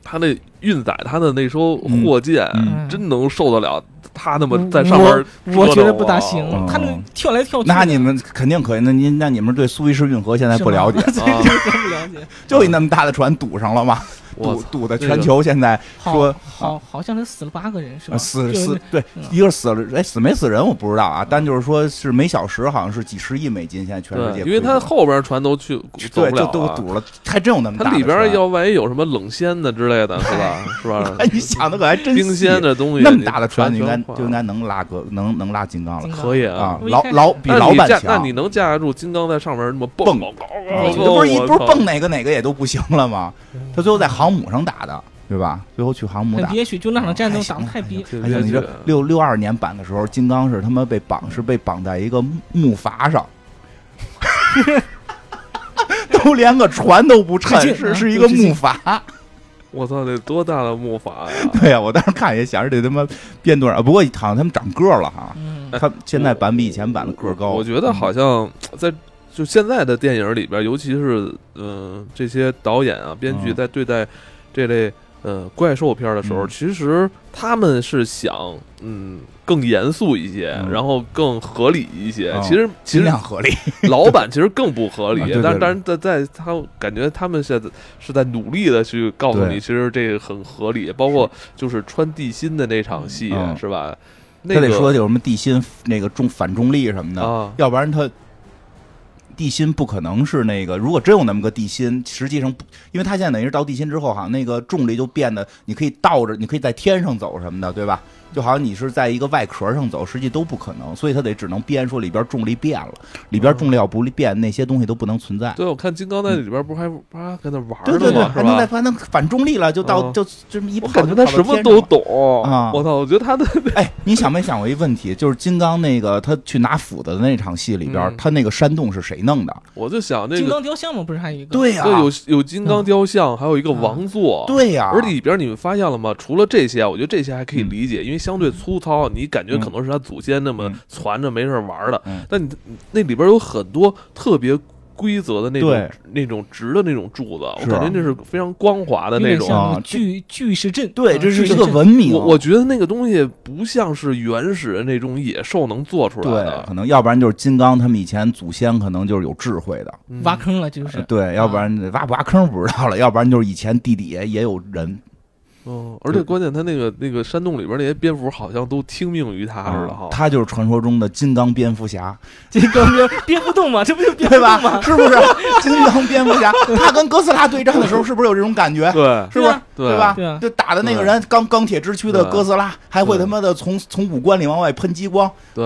S1: 他那运载他的那艘货舰，
S2: 嗯
S1: 真能受得了他那么
S4: 我
S1: 在上面折腾啊
S4: 我觉得不大行
S2: *laughs* 嗯，
S4: 他那个跳来跳去的，
S2: 那你
S4: *laughs*
S2: 们肯定可以。那您那你们对苏伊士运河现在
S4: 是
S2: 不
S4: 吗，
S2: 了解
S4: *laughs* 对
S1: 啊
S4: 这个不了解。
S2: 就一那么大的船堵上了吗？
S1: 我
S2: 堵
S1: 操
S2: 堵的
S1: 那
S2: 全
S1: 个
S2: 球现在说
S4: 好好好像是死了八个人是吧？
S2: 呃死
S4: 就是
S2: 死对
S4: 嗯，
S2: 一个是死了，哎，死没死人我不知道啊，但就是说是每小时好像是几十亿美金，现在全世
S1: 对
S2: 界，
S1: 因为他
S2: 亏损
S1: 后边船都去走
S2: 对
S1: 不了
S2: 就都
S1: 了。
S2: 堵了，还真有那么大
S1: 它
S2: 的
S1: 里边
S2: 船
S1: 要万一有什么冷鲜的之类的，是吧？是吧
S2: 哎，？你想的可还真
S1: 冰
S2: 细
S1: 鲜的东西，
S2: 那么大的船，
S1: 你
S2: 你应该
S1: 全全换
S2: 就应该能拉哥，能能拉金刚
S4: 金
S2: 了
S4: 刚
S1: 可以
S2: 啊，
S4: 我一
S2: 老
S4: 开始
S2: 老比
S1: 那
S2: 老
S1: 你
S2: 板
S1: 架
S2: 强。
S1: 那你能架得住金刚在上面那么
S2: 蹦
S1: 蹦？
S2: 啊
S1: 哦
S2: 这不是一
S1: 我
S2: 不是
S1: 操
S2: 蹦哪个哪个也都不行了吗？他最后在航母上打的，对吧？最后去航母
S4: 很
S2: 打。
S4: 憋屈，就那场战争打
S2: 还
S4: 的
S2: 行
S4: 太憋，
S1: 挺
S2: 哎呀，
S1: 憋
S2: 你
S1: 屈
S2: 这
S1: 的
S2: 六六二年版的时候，金刚是他妈被
S1: *laughs*
S2: 绑，是被绑在一个木木筏上，就连个船都不
S4: 致
S2: 趁，
S4: 敬
S2: 是
S4: 啊
S2: 是一个
S4: 致敬
S2: 木筏。
S1: 我操，得多大的木筏呀！
S2: *laughs* 对呀、我当时看也想着得他妈变多少，不过好像他们长个儿了哈。
S4: 嗯，
S2: 他们现在版比以前版的个儿高，
S1: 哎
S2: 嗯
S1: 我觉得好像在就现在的电影里边，尤其是嗯、呃这些导演啊、编剧
S2: 嗯
S1: 在对待这类呃怪兽片的时候，
S2: 嗯
S1: 其实他们是想嗯更严肃一些，
S2: 嗯
S1: 然后更合理一些。
S2: 哦
S1: 其实其
S2: 尽
S1: 实
S2: 量合理。
S1: 老板其实更不合理
S2: 啊对，对
S1: 但
S2: 对
S1: 但是在在他感觉他们现在是在努力的去告诉
S2: 对
S1: 你，其实这个很合理，包括就是穿地心的那场戏
S2: 嗯
S1: 是吧？那
S2: 他
S1: 个
S2: 得说有什么地心那个重反重力什么的，
S1: 啊，
S2: 要不然他地心不可能是那个。如果真有那么个地心，实际上不，因为他现在等于是到地心之后哈，那个重力就变得你可以倒着，你可以在天上走什么的，对吧？就好像你是在一个外壳上走，实际都不可能，所以他得只能编说里边重力变了，里
S1: 嗯
S2: 边重力要不变，那些东西都不能存在。
S1: *laughs* 对，我看《金刚》在里边不还不还跟那玩儿
S2: 对
S1: 呢
S2: 对对，
S1: 吗？
S2: 还
S1: 是
S2: 能再
S1: 吧？
S2: 还能反重力了，就到、
S1: 嗯
S2: 就这么一
S1: 我
S2: 跑
S1: 感觉他
S2: 就跑到
S1: 什么
S2: 天上
S1: 都
S2: 了
S1: 懂
S2: 啊
S1: 我操！我觉得他的
S2: 哎，你想没想过一问题？就是金刚那个他去拿斧子的那场戏里边，
S1: 嗯哦
S2: 他那个山洞是谁弄的？
S1: 我就想那
S4: 金
S1: 个，
S4: 刚雕像嘛，不是还有一个？
S2: 对呀、嗯
S1: 对，有有金刚雕像，还有一个王座。。
S2: 对呀、
S1: 而里边你们发现了吗？除了这些啊，我觉得这些还可以
S2: 嗯
S1: 理解，因为相对粗糙，你感觉可能是他祖先那么
S2: 嗯
S1: 攒着没事儿玩儿的。
S2: 嗯
S1: 但你那里边有很多特别规则的那种
S2: 对
S1: 那种直的那种柱子，我
S2: 是
S1: 感觉那是非常光滑的
S4: 有
S1: 那
S4: 点
S1: 种。
S4: 像那
S2: 啊
S4: 个巨巨石阵，
S2: 对，
S4: 啊
S2: 这是
S4: 巨
S2: 一
S4: 石
S2: 个
S4: 阵
S2: 文明。
S1: 我我觉得那个东西不像是原始人那种野兽能做出来
S2: 对，
S1: 的。
S2: 可能要不然就是金刚他们以前祖先可能就是有智慧的，
S1: 嗯
S4: 挖坑了，就是
S2: 对，要不
S1: 啊
S2: 然挖不挖坑不知道了，要不然就是以前地底下也有人，
S1: 嗯，而且
S2: 对
S1: 关键，他那个那个山洞里边那些蝙蝠好像都听命于他似的哈。
S2: 嗯他就是传说中的金刚蝙蝠侠，
S4: 金刚蝙蝙蝠洞嘛，这不就是蝙蝠
S2: 对吧
S4: 洞吗？？
S2: 是不 *laughs* 是？金刚蝙蝠侠，他跟哥斯拉对战的时候是不是有这种感觉？
S1: 对
S2: 是不是？
S1: 对
S2: 对吧？
S4: 对啊
S2: 就打的那个人钢钢铁之躯的
S1: 对
S2: 哥斯拉，还会
S1: 对
S2: 他妈的从从五官里往外喷激光，
S1: 对，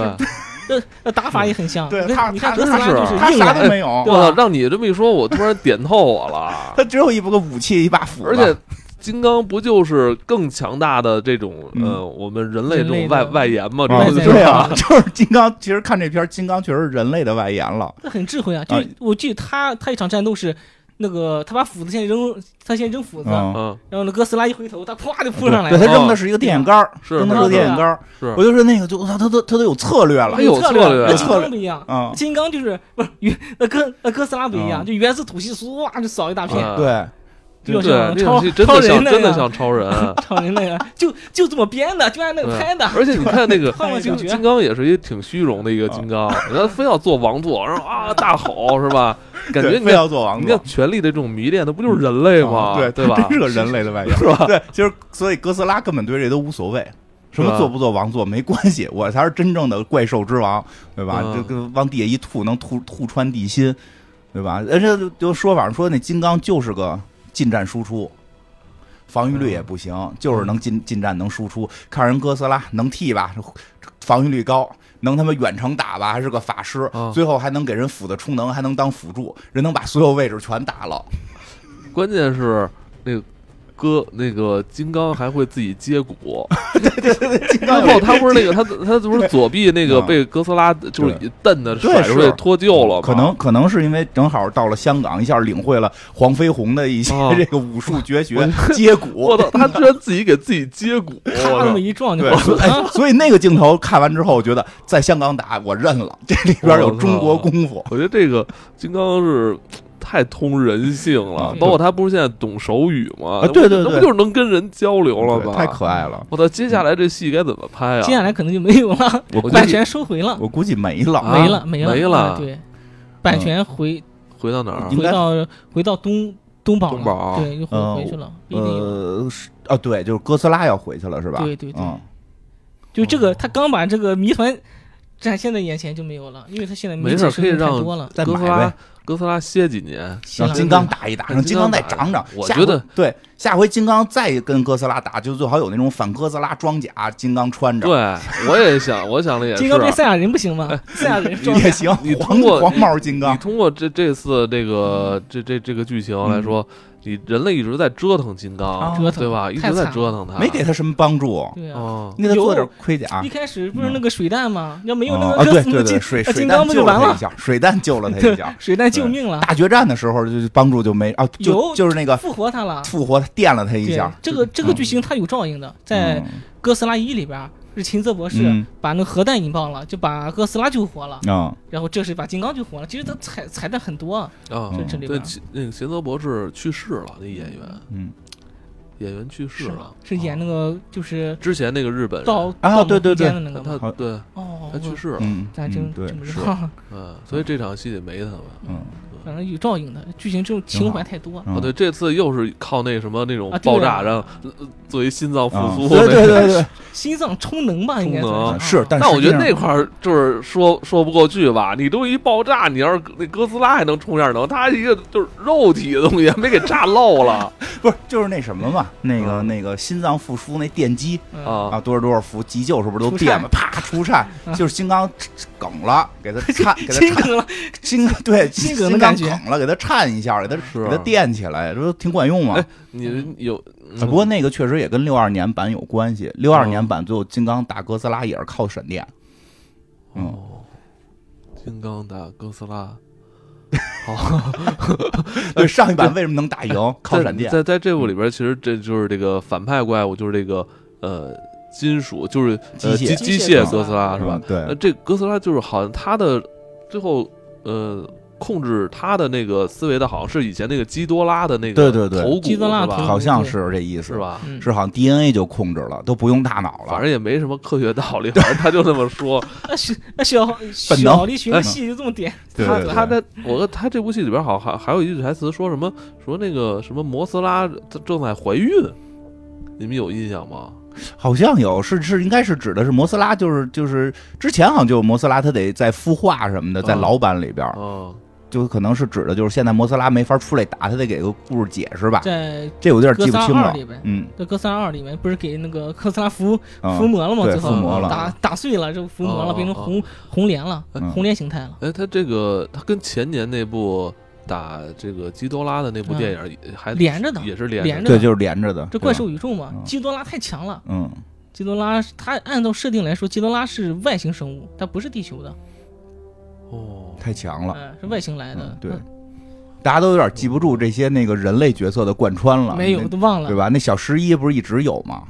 S4: 那那打法也很
S2: *laughs*
S4: 像。
S2: 对
S4: 你看
S2: 他
S4: 你看
S2: 他
S4: 哥斯拉
S1: 他是
S4: 就是
S2: 他
S4: 硬
S2: 啥都
S4: 来，哎
S2: 没有，
S1: 我操！让你这么一说，我突然点透我了。
S2: *laughs* 他只有一个武器一把斧子，
S1: 而且，金刚不就是更强大的这种呃，我们人类这种
S4: 人类
S1: 外
S4: 的
S1: 外延吗？
S2: 嗯啊
S1: 这不就
S4: 外
S1: 是
S4: 在
S2: 对
S1: 吧
S2: 啊，就是金刚。其实看这片儿，金刚确实是人类的外延了，
S4: 那很智慧啊。就
S2: 啊
S4: 是我记得他他一场战斗是。那个他把斧子先扔，他先扔斧子，
S2: 嗯。
S1: 嗯，
S4: 然后那哥斯拉一回头，他咵就扑上来
S2: 对
S4: 了。哦
S2: 他扔的是一个电线杆儿，
S1: 是
S2: 扔的是个
S4: 是
S2: 电线杆儿。
S1: 是
S2: 我就说那个，就他他都他都有策略了
S1: 哎呦策略
S4: 那金
S2: 策略
S4: 刚不一样，
S2: 啊！
S4: 金刚就是不是原那哥那哥斯拉不一
S2: 嗯
S4: 样，就原子吐息唰就扫一大片，
S1: 嗯
S2: 对，
S4: 就
S1: 对，
S4: 像
S1: 那场
S4: 超
S1: 戏真
S4: 超
S1: 的像
S4: 人那
S1: 真的
S4: 样，
S1: 像超人。
S4: 超人那样，就就这么编的，就按那个
S1: 对
S4: 拍
S2: 哎
S4: 的。
S1: *laughs* 而且你看那个
S4: 换个
S1: 金
S4: 感觉
S1: 金刚也是一挺虚荣的一个金
S2: *laughs*
S1: 刚，人家非要做王座，然后啊大吼是吧？感觉
S2: 对
S1: 你
S2: 非
S1: 看
S2: 要做王
S1: 你
S2: 座
S1: 看，权力的这种迷恋，那不就是人类吗？
S2: 啊 *laughs* 对
S1: 对吧？
S2: 真是个人类的外延，是吧？对，就是所以哥斯拉根本对这都无所谓。
S1: 是
S2: 什么
S1: 吧
S2: 做不做王座没关系，我才是真正的怪兽之王，对吧？
S1: 嗯
S2: 这个往地下一吐，能吐吐穿地心，对吧？而且就说法上说那金刚就是个近战输出，防御率也不行，就是能近近战能输出。看人哥斯拉能踢吧，防御率高；能他妈远程打吧，还是个法师
S1: 啊，
S2: 最后还能给人斧子充能，还能当辅助，人能把所有位置全打了。
S1: *laughs*
S2: *laughs*
S1: 关键是那个哥那个金刚还会自己接骨，
S2: 金
S1: 最
S2: 刚嗯
S1: 后他不是那个他他不是左臂
S2: *laughs*
S1: 那个被哥斯拉就是一蹬的甩出去
S2: 是
S1: 脱臼了吗？
S2: 可能可能是因为正好到了香港，一下领会了黄飞鸿的一些
S1: 哦
S2: 这个武术绝学、接
S1: 我
S2: 骨。
S1: 操，他居然自己给自己接骨，我
S4: 他
S1: 操
S4: 那么一撞就
S2: 对，
S4: 好
S2: 所以
S4: 了。
S2: 哎，所以那个镜头看完之后，我觉得在香港打我认了，这里边有中国功夫。
S1: *laughs* 我觉得这个金刚是太通人性了，
S4: 嗯
S2: 啊
S1: 包括他不是现在懂手语吗？
S2: 啊对对对
S1: 那不就是能跟人交流了
S2: 对
S1: 吗？
S2: 太可爱了，
S1: 我操，接下来这戏该怎么拍啊？
S4: 接下来可能就没有了，
S2: 我估
S4: 版
S2: 计
S4: 权收回了，
S2: 我估计没了，
S1: 啊
S4: 没了，没了，
S1: 没了嗯
S4: 啊对，版权回
S1: 回到哪儿啊
S2: 应
S4: 回
S2: 该
S4: 到回到东东宝了，
S1: 东宝啊
S4: 对，又回
S2: 嗯
S4: 回去了，不一定有。
S2: 呃，是啊，对，就是哥斯拉要回去了是吧？
S4: 对对对
S2: 嗯
S4: 就这个，他刚把这个谜团展现在眼前就没有了，因为他现在
S1: 没事
S4: 谜底
S1: 儿，可以
S4: 实在太
S1: 让
S4: 多了。
S2: 再
S1: 哥
S2: 买
S1: 斯拉
S2: 呗
S1: 哥斯拉歇几年，
S4: 行
S2: 让
S4: 了
S2: 金刚打一打，
S1: 让
S2: 让金刚再
S1: 金刚打
S2: 长长。
S1: 我
S2: 下
S1: 觉得
S2: 回对，下回金刚再跟哥斯拉打，就最好有那种反哥斯拉装甲，金刚穿 *laughs* 着
S1: 对，我也想，我想的也是。啊哎
S4: 金刚变赛亚人不行吗？赛亚人撞
S2: 也行，
S1: 你
S2: 黄
S1: 通过
S2: 黄毛金刚
S4: 嗯
S1: 你。通过这这次这个这这这个剧情来说，你人类一直在折腾金刚，
S2: 啊
S4: 折腾
S1: 对吧？一
S4: 太
S1: 直在
S4: 惨
S1: 折腾他，
S2: 没给他什么帮助，
S4: 对啊，
S1: 哦
S2: 你给他做点
S4: 有
S2: 盔
S1: 啊
S2: 甲
S4: 一。开始不
S1: 嗯
S4: 是那个水弹吗？要没有那
S2: 啊
S4: 个
S2: 啊，对
S4: *laughs* 那
S2: 对
S4: 个
S2: 对，
S4: 金
S2: 水
S4: 那
S2: 水
S4: 金刚
S2: 弹
S4: 不就
S2: 救了
S4: 完
S2: 他一
S4: 了？
S2: 下，水弹救了他一
S4: *laughs*
S2: 下。
S4: 水弹救命了，
S2: 大决战的时候就帮助就没啊，就
S4: 有
S2: 就是那个
S4: 复活他了。
S2: 复活电了他一
S4: 对
S2: 下，，
S4: 这个这个
S2: 嗯
S4: 剧情它有照应的，在
S2: 嗯
S4: 哥斯拉一里边儿是秦泽博士
S2: 嗯
S4: 把那个核弹引爆了，就把哥斯拉救活了，
S2: 啊
S4: 然后这是把金刚救活了。其实他彩彩蛋很多啊，
S1: 啊
S2: 嗯
S4: 这这里
S1: 对
S4: 边，儿
S1: 秦那个贤泽博士去世了，那演员
S2: 嗯
S1: 演员去世
S4: 是
S1: 了
S4: 吗，是演那
S1: 啊
S4: 个就是
S1: 之前那个日本人
S4: 盗
S2: 啊
S4: 盗
S2: 对
S4: 墓
S2: 对对
S4: 空间的那个
S1: 他
S4: 吗？
S1: 他
S2: 吗
S1: 对
S4: 哦，
S1: 他去世了，
S2: 嗯，
S4: 咱真
S2: 嗯对
S4: 真不知
S2: 是
S4: 道，啊
S1: 嗯，所以这场戏得没他们。
S2: 嗯
S4: 反正有照应的，剧情这种情怀太多。
S1: 啊，
S2: 嗯
S1: 对，这次又是靠那什么那种
S4: 啊对
S1: 爆
S4: 啊
S1: 炸，然后呃作为心脏复
S2: 啊
S1: 苏，
S2: 对对对对，
S4: 心脏充能吧，应该
S1: 充能
S4: 算
S2: 啊是，但
S1: *laughs* 但我觉得
S2: 实际
S1: 那
S2: 上
S1: 块儿就是说说不过去吧，你都一爆炸，你要是那哥斯拉还能充点能，他一个就是肉体的东西没给炸漏了
S2: *laughs* 不是就是那什么嘛，那个
S1: 嗯
S2: 那个心脏复苏那电击
S4: 嗯
S1: 啊
S2: 啊，多少多少伏急救时候不是都电吗？啪出
S1: *laughs*
S2: 颤
S4: 啊，
S2: 就是金刚梗了，给他颤，给他
S4: 心
S2: 颤，
S4: 梗了，
S2: 金刚对金
S4: 心梗的
S2: 刚
S4: 感觉
S2: 梗了，给他颤一下，给他
S1: 嗯是
S2: 给他电起来，这不挺管用吗
S1: 哎？你有，嗯
S2: 啊不过那个确实也跟六二年版有关系，六二
S1: 哦
S2: 年版最后金刚打哥斯拉也是靠闪电，嗯，
S1: 哦，金刚打哥斯拉，好，
S2: 对上一版为什么能打赢？靠闪电，
S1: 在在呃这部里边，其实这就是这个反派怪物，就是这个呃金属，就是呃
S2: 机
S1: 机
S2: 械
S1: 机
S4: 机械
S1: 械哥斯拉
S4: 哥
S1: 是
S4: 斯
S1: 吧
S2: 嗯？？对
S1: 那，这呃哥斯拉就是好像他的最后呃控制他的那个思维的，好像是以前那个基多拉的那个
S2: 对对对
S1: 头骨
S4: 基多拉
S1: 是
S4: 头
S1: 吧？
S2: 好像是这意思
S1: 是？吧？
S4: 嗯
S2: 是好像 DNA 就控制了，都不用大脑了。
S1: 反正也没什么科学道理，反正他就那么说。
S4: 那小那小
S2: 本能
S4: 小栗旬的戏就这么点，
S2: *laughs* 对
S1: 他
S2: 对对
S1: 他在我他这部戏里边好还还有一句台词说什么说那个什么摩斯拉她正在怀孕，你们有印象吗？
S2: 好像有是是应该是指的是摩斯拉，就是就是之前好像就有摩斯拉，他得在孵化什么的，在
S1: 嗯
S2: 老版里边儿，
S1: 嗯，
S2: 就可能是指的就是现在摩斯拉没法出来打，他得给个故事解释吧。
S4: 在
S2: 这有点记不
S4: 哥
S2: 清
S4: 斯拉二
S2: 了
S4: 里边。
S2: 嗯
S4: 这哥斯拉二里面不是给那个哥斯拉伏
S2: 啊
S4: 伏，魔了吗？
S2: 对
S4: 最后
S2: 伏魔了
S4: 打打碎了，就伏魔
S1: 哦
S4: 了，变成红红莲了，
S2: 嗯
S4: 红莲形态了。
S1: 哎，他这个他跟前年那部打这个基多拉的那部电影也还
S4: 嗯连着的
S1: 也是连
S4: 连
S1: 着
S4: 着
S2: 对，
S4: 的
S2: 就是连着的。
S4: 这怪
S2: 对吧，
S4: 兽宇宙嘛
S2: 嗯，
S4: 基多拉太强了。
S2: 嗯，
S4: 基多拉是，它按照设定来说，基多拉是外星生物，它不是地球的，
S1: 哦，
S2: 太强了，
S4: 嗯，是外星来的
S2: 嗯，。对，大家都有点记不住这些那个人类角色的贯穿了，
S4: 嗯，没有
S2: 那
S4: 都忘
S2: 对
S4: 了。
S2: 吧？那小十一不是一直有吗？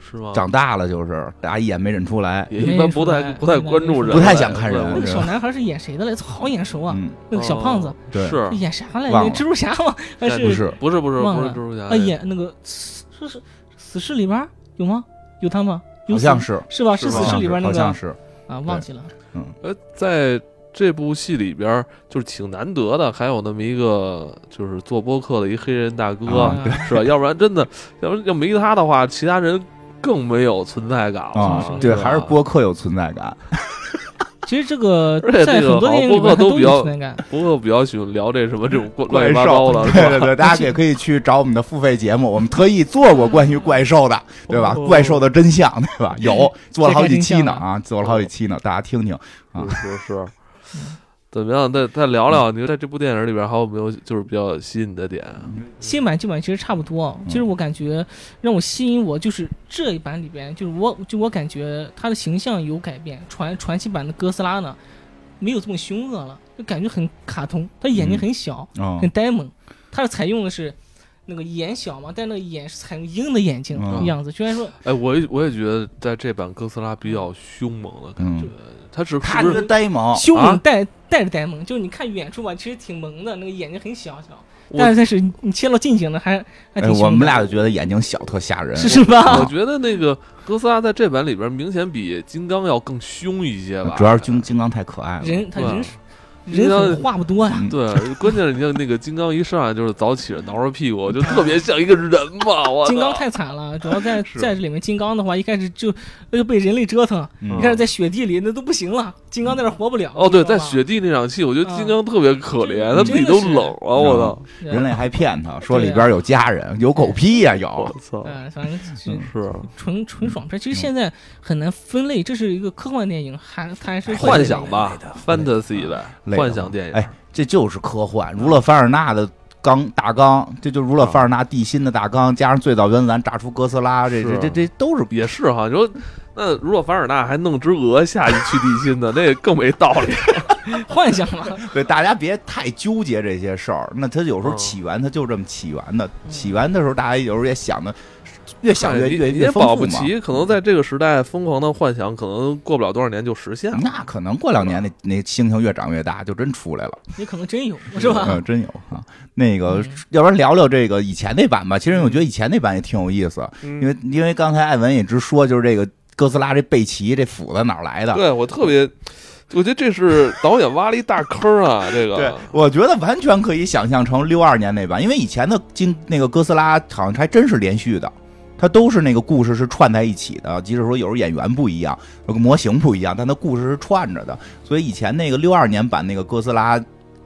S1: 是吗？
S2: 长大了就是大家一眼没认出来，
S1: 也一般不
S4: 没
S1: 太
S4: 人说
S1: 不太关注人，
S2: 不太想看人
S4: 那
S2: 物
S4: 个小男孩是演谁的来着？好眼熟啊，
S2: 嗯，
S4: 那个小胖子
S1: 哦
S2: 对，
S1: 是
S4: 演啥来着
S2: 忘？了哎
S4: 蜘蛛侠吗？还
S1: 但
S4: 是
S2: 不是？
S1: 不是不是
S4: 忘
S1: 不
S4: 了
S1: 是蜘蛛侠
S4: 啊，演那个死是是死侍里边儿有吗？有他吗？有
S2: 好
S4: 死
S2: 像是。
S4: 是吧？
S1: 是
S4: 是
S1: 吧
S4: 死
S2: 好
S4: 侍
S2: 像
S4: 里边
S2: 是
S4: 那
S2: 好
S4: 个
S2: 像是，
S4: 啊，忘记了。
S1: 呃，在这部戏里边儿，就是挺难得的，还有那么一个就是做播客的一黑人大哥，
S2: 啊
S4: 啊
S1: 是吧？要不然真的，要不然要没他的话，其他人更没有存在感了。
S4: 啊
S1: 吧
S2: 对，还是播客有存在感。
S4: 其实这个
S1: 而且
S4: 在
S1: 这个
S4: 很多
S1: 好
S4: 电
S1: 多
S4: 影里边
S1: 个都
S4: 都
S1: 比
S4: 有
S1: 较
S4: 存在感。
S1: 播客比较喜欢聊这什么这种怪乱七八糟的，是
S2: 对对
S1: 吧？
S2: 对，
S1: *laughs*
S2: 大家也可以去找我们的付费节目，我们特意做过关于怪兽的，对吧
S1: 哦？
S2: 怪兽的真相，对吧？有做了好几期呢
S4: 这该真相
S2: 啊，做了好几期呢，大家听听。啊
S1: 是是是。 *laughs* 怎么样？再再聊聊，你在这部电影里边还有没有就是比较吸引你的点？啊
S4: 新版旧版其实差不多，
S1: 嗯
S4: 其实我感觉让我吸引我就是这一版里边，就是我就我感觉他的形象有改变，传传奇版的哥斯拉呢没有这么凶恶了，就感觉很卡通，他眼
S2: 嗯
S4: 睛很小，
S2: 哦
S4: 很呆萌，他是采用的是。那个眼小嘛，但那个眼是采用鹰的眼睛
S2: 嗯
S4: 样子，虽然说
S1: 哎，我也我也觉得在这版哥斯拉比较凶猛的感觉
S2: 嗯，，
S1: 他是是
S2: 看
S1: 不
S2: 着
S1: 是
S2: 呆萌，
S4: 凶
S1: 啊
S4: 猛带带着呆萌，就是你看远处吧，其实挺萌的，那个眼睛很小小，
S1: 我
S4: 但是但是你你切到近景呢，还
S2: 哎
S4: 还挺凶的。
S2: 我们俩就觉得眼睛小特吓人。
S4: 是是
S1: *laughs*
S4: 吧？
S1: 我觉得那个哥斯拉在这版里边明显比金刚要更凶一些吧，
S2: 主要是金金刚太可爱了，
S4: 人他
S1: 对
S4: 人
S1: 你
S4: 人
S1: 像
S4: 狠话不多呀、
S2: 嗯
S1: 对，关键是你看那个金刚一上来就是早起挠着屁股，就特别像一个人嘛，我操
S4: *laughs* 嗯金刚太惨了，主要在
S1: 是
S4: 在这里面，金刚的话一开始就就被人类折腾，
S2: 嗯
S4: 一开始在雪地里那都不行了，金刚在那活不了。
S1: 哦，对，
S4: 你知
S1: 在
S4: 道吧
S1: 雪地那场戏，我觉得
S4: 啊
S1: 金刚特别可怜，
S4: 真
S1: 他自己都冷了，我操，
S4: 对
S2: 人类还骗他说
S4: 对
S2: 里
S4: 啊
S2: 边有家人，有狗屁呀，有
S1: 我操，
S4: 嗯，反正是
S2: 嗯
S1: 是
S4: 纯纯爽片。其实
S2: 嗯
S4: 现在很难分类，这是一个科幻电影，还它还是
S1: 幻想吧
S2: 累的
S1: ，fantasy 呗，
S2: 累的
S1: 幻想电影，
S2: 哎，这就是科幻。儒勒凡尔纳的钢大纲，这就如
S1: 啊
S2: 了凡尔纳地心的大纲，加上最早原咱炸出哥斯拉，这这
S1: 是啊
S2: 这这都是
S1: 也是哈。你说那如果凡尔纳还弄只鹅下去去地心的，那也更没道理。
S4: 幻想嘛，
S2: 对大家别太纠结这些事儿。那它有时
S1: 嗯
S2: 候起源，它就这么起源的。起源的时候，大家有时候也想的越 *laughs* 想越
S1: 哎你
S2: 越
S1: 你
S2: 越
S1: 也
S2: 丰
S1: 保
S2: 富
S1: 不
S2: 嘛。
S1: 齐，可能在这个时代疯狂的幻想，可能过不了多少年就实现了。
S2: 那可能过两年那那星星越长越大，就真出来了，
S4: 也可能真有，是吧？
S2: 嗯，真有啊。那个
S4: 嗯，
S2: 要不然聊聊这个以前那版吧。其实我
S1: 嗯
S2: 觉得以前那版也挺有意思，因
S1: 因
S2: 为因为刚才艾文一直说，就是这个哥斯拉这贝奇这斧子哪儿来的？
S1: 对我特别，我觉得这是导演挖了一大坑啊！这个
S2: 对，我觉得完全可以想象成六二年那版，因为以前的金那个哥斯拉好像还真是连续的，它都是那个故事是串在一起的，即使说有时候演员不一样，那个模型不一样，但它故事是串着的。所以以前那个六二年版那个哥斯拉。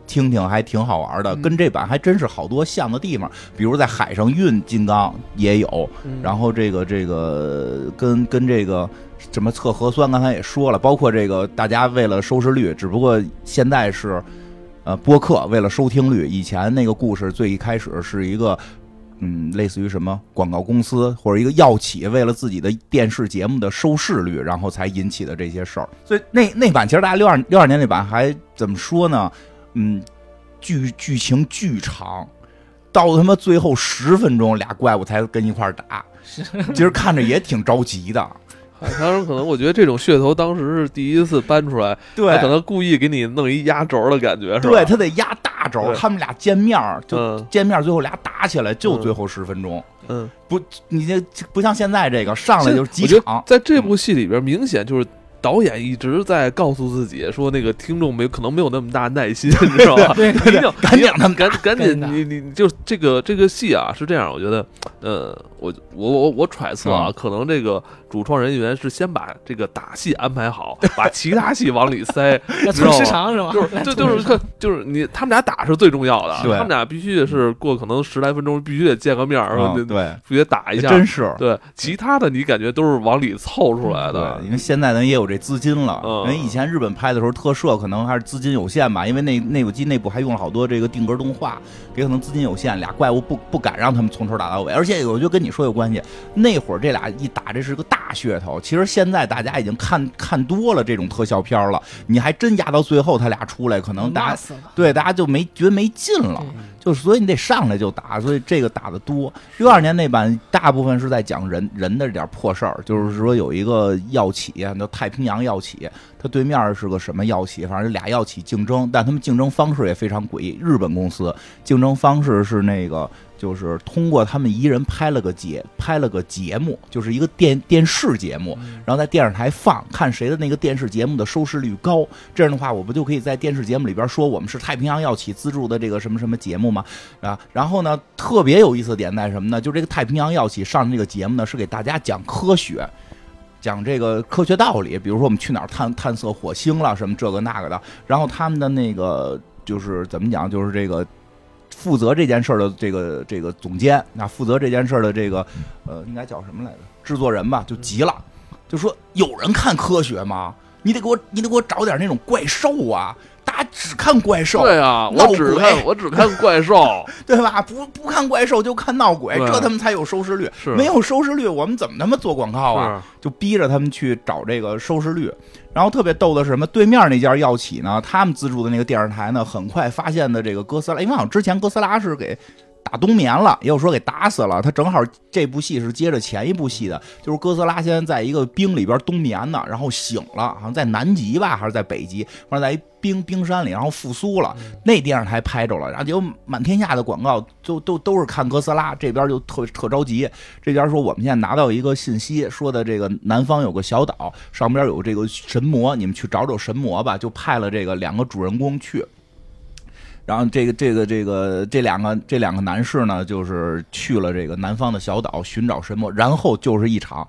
S2: 听听还挺好玩的，
S1: 嗯
S2: 跟这版还真是好多像的地方，比如在海上运金刚也有，
S1: 嗯
S2: 然后这个这个跟跟这个什么测核酸，刚才也说了，包括这个大家为了收视率，只不过现在是呃播客为了收听率，以前那个故事最一开始是一个。嗯，类似于什么广告公司或者一个药企，为了自己的电视节目的收视率，然后才引起的这些事儿。所以那那版其实大家六二六二年那版还怎么说呢？嗯，剧剧情巨长，到他妈最后十分钟俩怪物才跟一块儿打，其实看着也挺着
S1: *laughs*
S2: 急的。
S1: 海当然可能我觉得这种噱头当时是第一次搬出来，
S2: 对
S1: 他可能故意给你弄一压轴的感觉，是吧？
S2: 对他得压大轴，
S1: 对
S2: 他们俩见面儿就
S1: 嗯
S2: 见面，最后俩打起来就最后十分钟。
S1: 嗯，
S2: 你这不像现在这个上来就是几
S1: 我觉得
S2: 场，嗯
S1: 在这部戏里边，明显就是。导演一直在告诉自己说，那个听众没可能没有那么大耐
S2: *laughs*
S1: 心，你知道吧？
S4: 对，
S1: 一定要
S2: 赶紧让他们
S1: 赶赶紧
S4: 真的
S1: 你你你就这个这个戏啊是这样，我觉得，呃，我我我我揣测啊
S2: 嗯，
S1: 可能这个主创人员是先把这个打戏安排好，把其他戏往里
S2: *laughs*
S1: 塞，
S4: 要
S1: 知道
S4: 凑
S1: 吗
S4: 时长是吧？
S1: 就是就就是
S4: 看
S1: 看就是你他们俩打是最重要的，啊
S2: 对
S1: 他们俩必须是过可能十来分钟必须得见个面儿，然后
S2: 嗯
S1: 得
S2: 对，
S1: 必须得打一下，
S2: 真是。
S1: 对，其他的你感觉都是往里凑出来的
S2: 对，，因为现在呢也有这资金了，
S1: 嗯
S2: 因为以前日本拍的时候特摄可能还是资金有限吧，因为那那部机内部还用了好多这个定格动画，也可能资金有限，俩怪物不不敢让他们从头打到尾，而且我就跟你说有关系，那会儿这俩一打这是个大噱头，其实现在大家已经看看多了这种特效片了，你还真压到最后他俩出来，可能大
S4: 打
S2: 家
S4: 死了。
S2: 对大家就没觉得没劲了
S4: 对，
S2: 就是所以你得上来就打，所以这个打的多。六二年那版大部分是在讲人人的这点破事儿，就是说有一个药企，啊叫太平洋药企，它对面是个什么药企，反正俩药企竞争，但他们竞争方式也非常诡异。日本公司竞争方式是那个。就是通过他们一人拍了个节，拍了个节目，就是一个电电视节目，然后在电视台放，看谁的那个电视节目的收视率高。这样的话，我不就可以在电视节目里边说我们是太平洋药企资助的这个什么什么节目吗？啊，然后呢，特别有意思的点在什么呢？就这个太平洋药企上这个节目呢，是给大家讲科学。讲这个科学道理，比如说我们去哪儿探探测火星了，什么这个那个的。然后他们的那个就是怎么讲，就是这个负责这件事儿的这个这个总监，那负责这件事儿的这个呃，应该叫什么来着？制作人吧，就急了，就说有人看科学吗？你得给我，你得给我找点那种怪兽啊！大家只看怪兽，
S1: 对啊，
S2: 闹
S1: 我只
S2: 鬼
S1: 看我只看怪
S2: *laughs*
S1: 兽，
S2: 对吧？不不看怪兽就看闹鬼，
S1: 对
S2: 这他们才有收视率。
S1: 是
S2: 没有收视率，我们怎么他妈做广告啊？就逼着他们去找这个收视率。然后特别逗的是什么？对面那家药企呢，他们资助的那个电视台呢，很快发现的这个哥斯拉，因为好像之前哥斯拉是给。打冬眠了，也有说给打死了。他正好这部戏是接着前一部戏的，就是哥斯拉先在一个冰里边冬眠呢，然后醒了，好像在南极吧，还是在北极，反正在一冰冰山里，然后复苏了。那电视台拍着了，然后结果满天下的广告就都都是看哥斯拉，这边就特特着急，这边说我们现在拿到一个信息，说的这个南方有个小岛，上边有这个神魔，你们去找找神魔吧，就派了这个两个主人公去。然后这个这个这个这两个这两个男士呢，就是去了这个南方的小岛寻找神魔，然后就是一场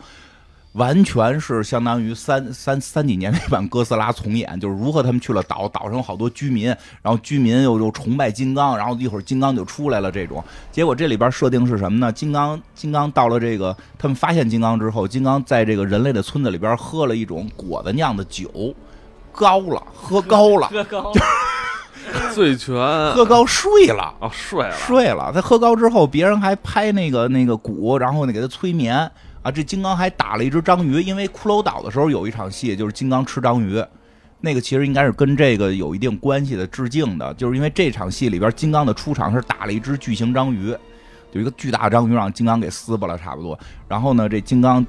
S2: 完全是相当于三三三几年那版哥斯拉重演，就是如何他们去了岛，岛上有好多居民，然后居民又又崇拜金刚，然后一会儿金刚就出来了这种。结果这里边设定是什么呢？金刚金刚到了这个他们发现金刚之后，金刚在这个人类的村子里边喝了一 *laughs* 种果子酿的酒，高了，喝高了。
S4: 哥高，
S1: 醉拳
S2: 喝高睡了。
S1: 啊，帅了，
S2: 睡了，他喝高之后，别人还拍那个那个鼓，然后呢给他催眠啊。这金刚还打了一只章鱼，因为骷髅岛的时候有一场戏就是金刚吃章鱼，那个其实应该是跟这个有一定关系的致敬的，就是因为这场戏里边金刚的出场是打了一只巨型章鱼，有一个巨大的章鱼让金刚给撕巴了差不多。然后呢，这金刚。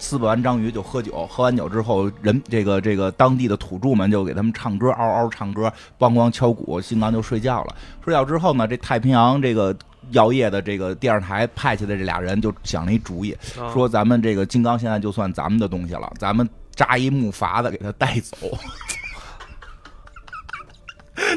S2: 撕巴完章鱼就喝酒，喝完酒之后，人这个这个当地的土著们就给他们唱歌，嗷嗷唱歌，梆梆敲鼓，金刚就睡觉了。睡觉之后呢，这太平洋这个药业的这个电视台派去的这俩人就想了一主意，
S1: 啊
S2: 说咱们这个金刚现在就算咱们的东西了，咱们扎一木筏子给他带走。 *laughs*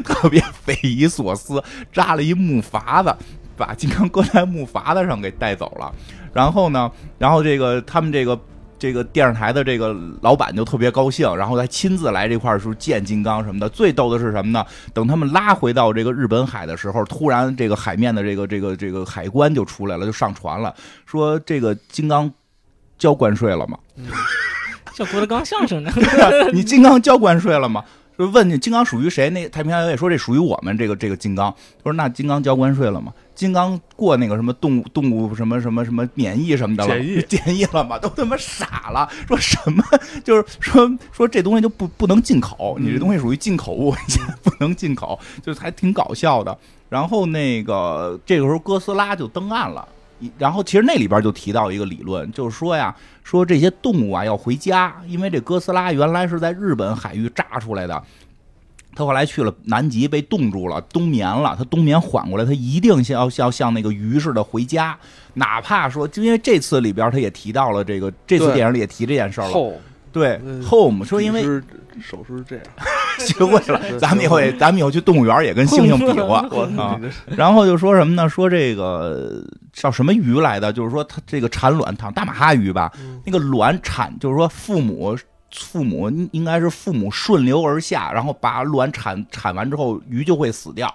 S2: 特别匪夷所思，扎了一木筏子，把金刚搁在木筏子上给带走了。然后呢，然后这个他们这个这个电视台的这个老板就特别高兴，然后他亲自来这块儿时候见金刚什么的。最逗的是什么呢？等他们拉回到这个日本海的时候，突然这个海面的这个这个这个海关就出来了，就上船了，说这个金刚交关税
S1: *laughs*
S2: 了吗？ *laughs*
S4: 像郭德纲相声呢。
S2: 你金刚交关税了吗？就问你金刚属于谁？那太平洋也说这属于我们这个这个金刚。他说那金刚交关税了吗？金刚过那个什么动物动物什么什么什么免疫什么的了，
S1: 检疫
S2: *laughs* 检疫了吗？都他妈傻了，说什么就是说说这东西就不不能进口，
S1: 嗯
S2: 你这东西属于进口物， *laughs* 不能进口，就是还挺搞笑的。然后那个这个时候哥斯拉就登岸了。然后其实那里边就提到一个理论，就是说呀，说这些动物啊要回家，因为这哥斯拉原来是在日本海域炸出来的，它后来去了南极被冻住了，冬眠了，它冬眠缓过来，它一定先要要像那个鱼似的回家，哪怕说，就因为这次里边他也提到了这个，这次
S1: 对
S2: 电影里也提这件事儿了，
S1: 后
S2: 对
S1: 嗯
S2: ，home 说因为
S1: 只是手是这样，
S2: 学会了，
S1: 对
S2: *laughs* 咱们以后也咱们以后去动物园也跟猩猩比划，
S1: *laughs* 我
S2: 啊
S1: 操，你这是
S2: 然后就说什么呢？说这个叫什么鱼来的？就是说它这个产卵，躺大马哈鱼吧，
S1: 嗯
S2: 那个卵产，就是说父母父母应该是父母顺流而下，然后把卵产产完之后，鱼就会死掉。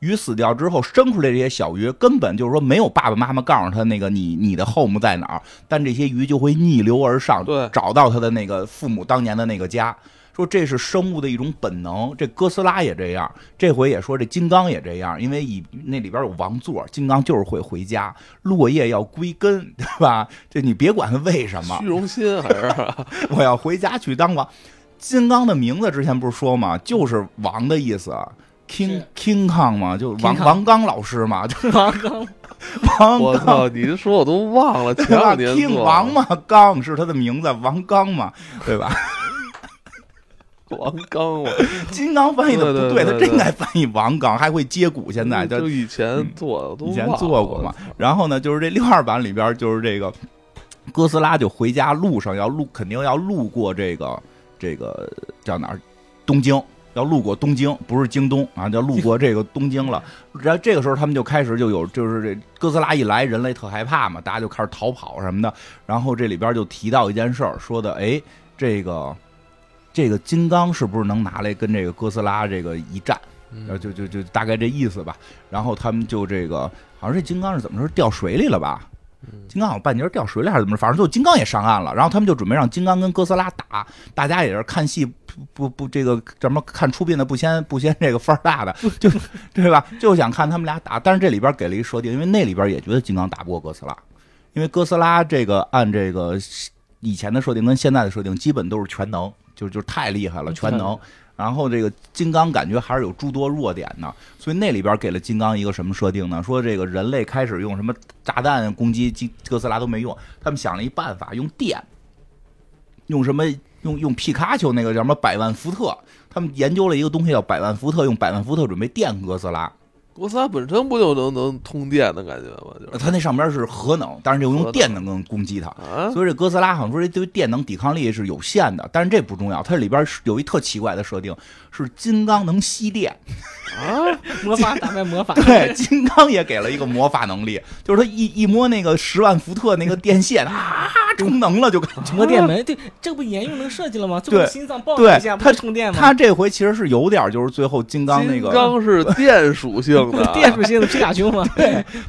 S2: 鱼死掉之后生出来这些小鱼，根本就是说没有爸爸妈妈告诉他那个你你的 home 在哪儿，但这些鱼就会逆流而上，
S1: 对
S2: 找到它的那个父母当年的那个家。说这是生物的一种本能，这哥斯拉也这样，这回也说这金刚也这样，因为以那里边有王座，金刚就是会回家，落叶要归根， *laughs* 对吧？这你别管它为什么
S1: 虚，荣心还是
S2: 我要回家去当王。金刚的名字之前不是说嘛，就是王的意思，King 啊
S4: 是
S2: King Kong 嘛，就
S4: King
S2: 王
S4: Kong
S2: 王刚老师嘛，就
S4: *laughs* 王刚
S2: *laughs* 王
S1: 我
S2: 刚。
S1: 操！你这说我都忘
S2: *laughs*
S1: 了，前
S2: 对吧
S1: 两年
S2: ？King
S1: 做
S2: 王嘛，刚是他的名字，王刚嘛，对吧？ *laughs*
S1: 王刚嘛，
S2: 金刚翻译的不
S1: 对对对嗯
S2: 他
S1: 对
S2: 真应该翻译王刚，还会接骨， *laughs* 现在叫
S1: 就以前做，我都
S2: 以前
S1: 忘了
S2: 做过嘛。然后呢，就是这六二版里边，就是这个哥斯拉就回家路上要路，肯定要路过这个这个叫哪儿？东京。要路过东京，不是京东啊，叫路过这个东京了。然后这个时候他们就开始就有，就是这哥斯拉一来，人类特害怕嘛，大家就开始逃跑什么的。然后这里边就提到一件事儿，说的哎，这个这个金刚是不是能拿来跟这个哥斯拉这个一战？然
S1: 嗯
S2: 后呃就就就大概这意思吧。然后他们就这个，好像这金刚是怎么说掉水里了吧？金刚好像半截儿掉水里还是怎么着？反正就金刚也上岸了。然后他们就准备让金刚跟哥斯拉打，大家也是看戏不不不这个什么看出殡的不先不先这个分儿大 *laughs* 的，就对吧？就想看他们俩打。但是这里边给了一设定，因为那里边也觉得金刚打不过哥斯拉，因为哥斯拉这个按这个以前的设定跟现在的设定基本都是全能，就就是太厉害了，嗯全能。然后这个金刚感觉还是有诸多弱点呢，所以那里边给了金刚一个什么设定呢？说这个人类开始用什么炸弹攻击金哥斯拉都没用，他们想了一办法，用电，用什么用用皮卡丘那个叫什么百万伏特，他们研究了一个东西叫百万伏特，用百万伏特准备电哥斯拉，
S1: 哥斯拉本身不就能能通电的感觉吗？就是
S2: 它那上边是核能，但是就
S1: 核
S2: 用
S1: 能
S2: 电能能攻击它。
S1: 啊，
S2: 所以这哥斯拉好像说这对电能抵抗力是有限的，但是这不重要，它里边是有一特奇怪的设定，是金刚能吸电。
S1: 啊，
S4: 魔法打
S2: *laughs*
S4: 败 *laughs* 魔法，
S2: 对，金刚也给了一个魔法能力，就是他一一摸那个十万伏特那个电
S4: *laughs*
S2: 线啊，充能了就感觉。
S4: 摩电门，对，这不沿用那个设计了吗？最后
S2: 对
S4: 心脏爆
S2: 对
S4: 了一下，不
S2: 他
S4: 是充电吗？
S2: 他这回其实是有点，就是最后金刚那
S1: 金
S2: 个，
S1: 刚是电属性的，
S2: *laughs*
S4: 电属性的皮卡丘吗？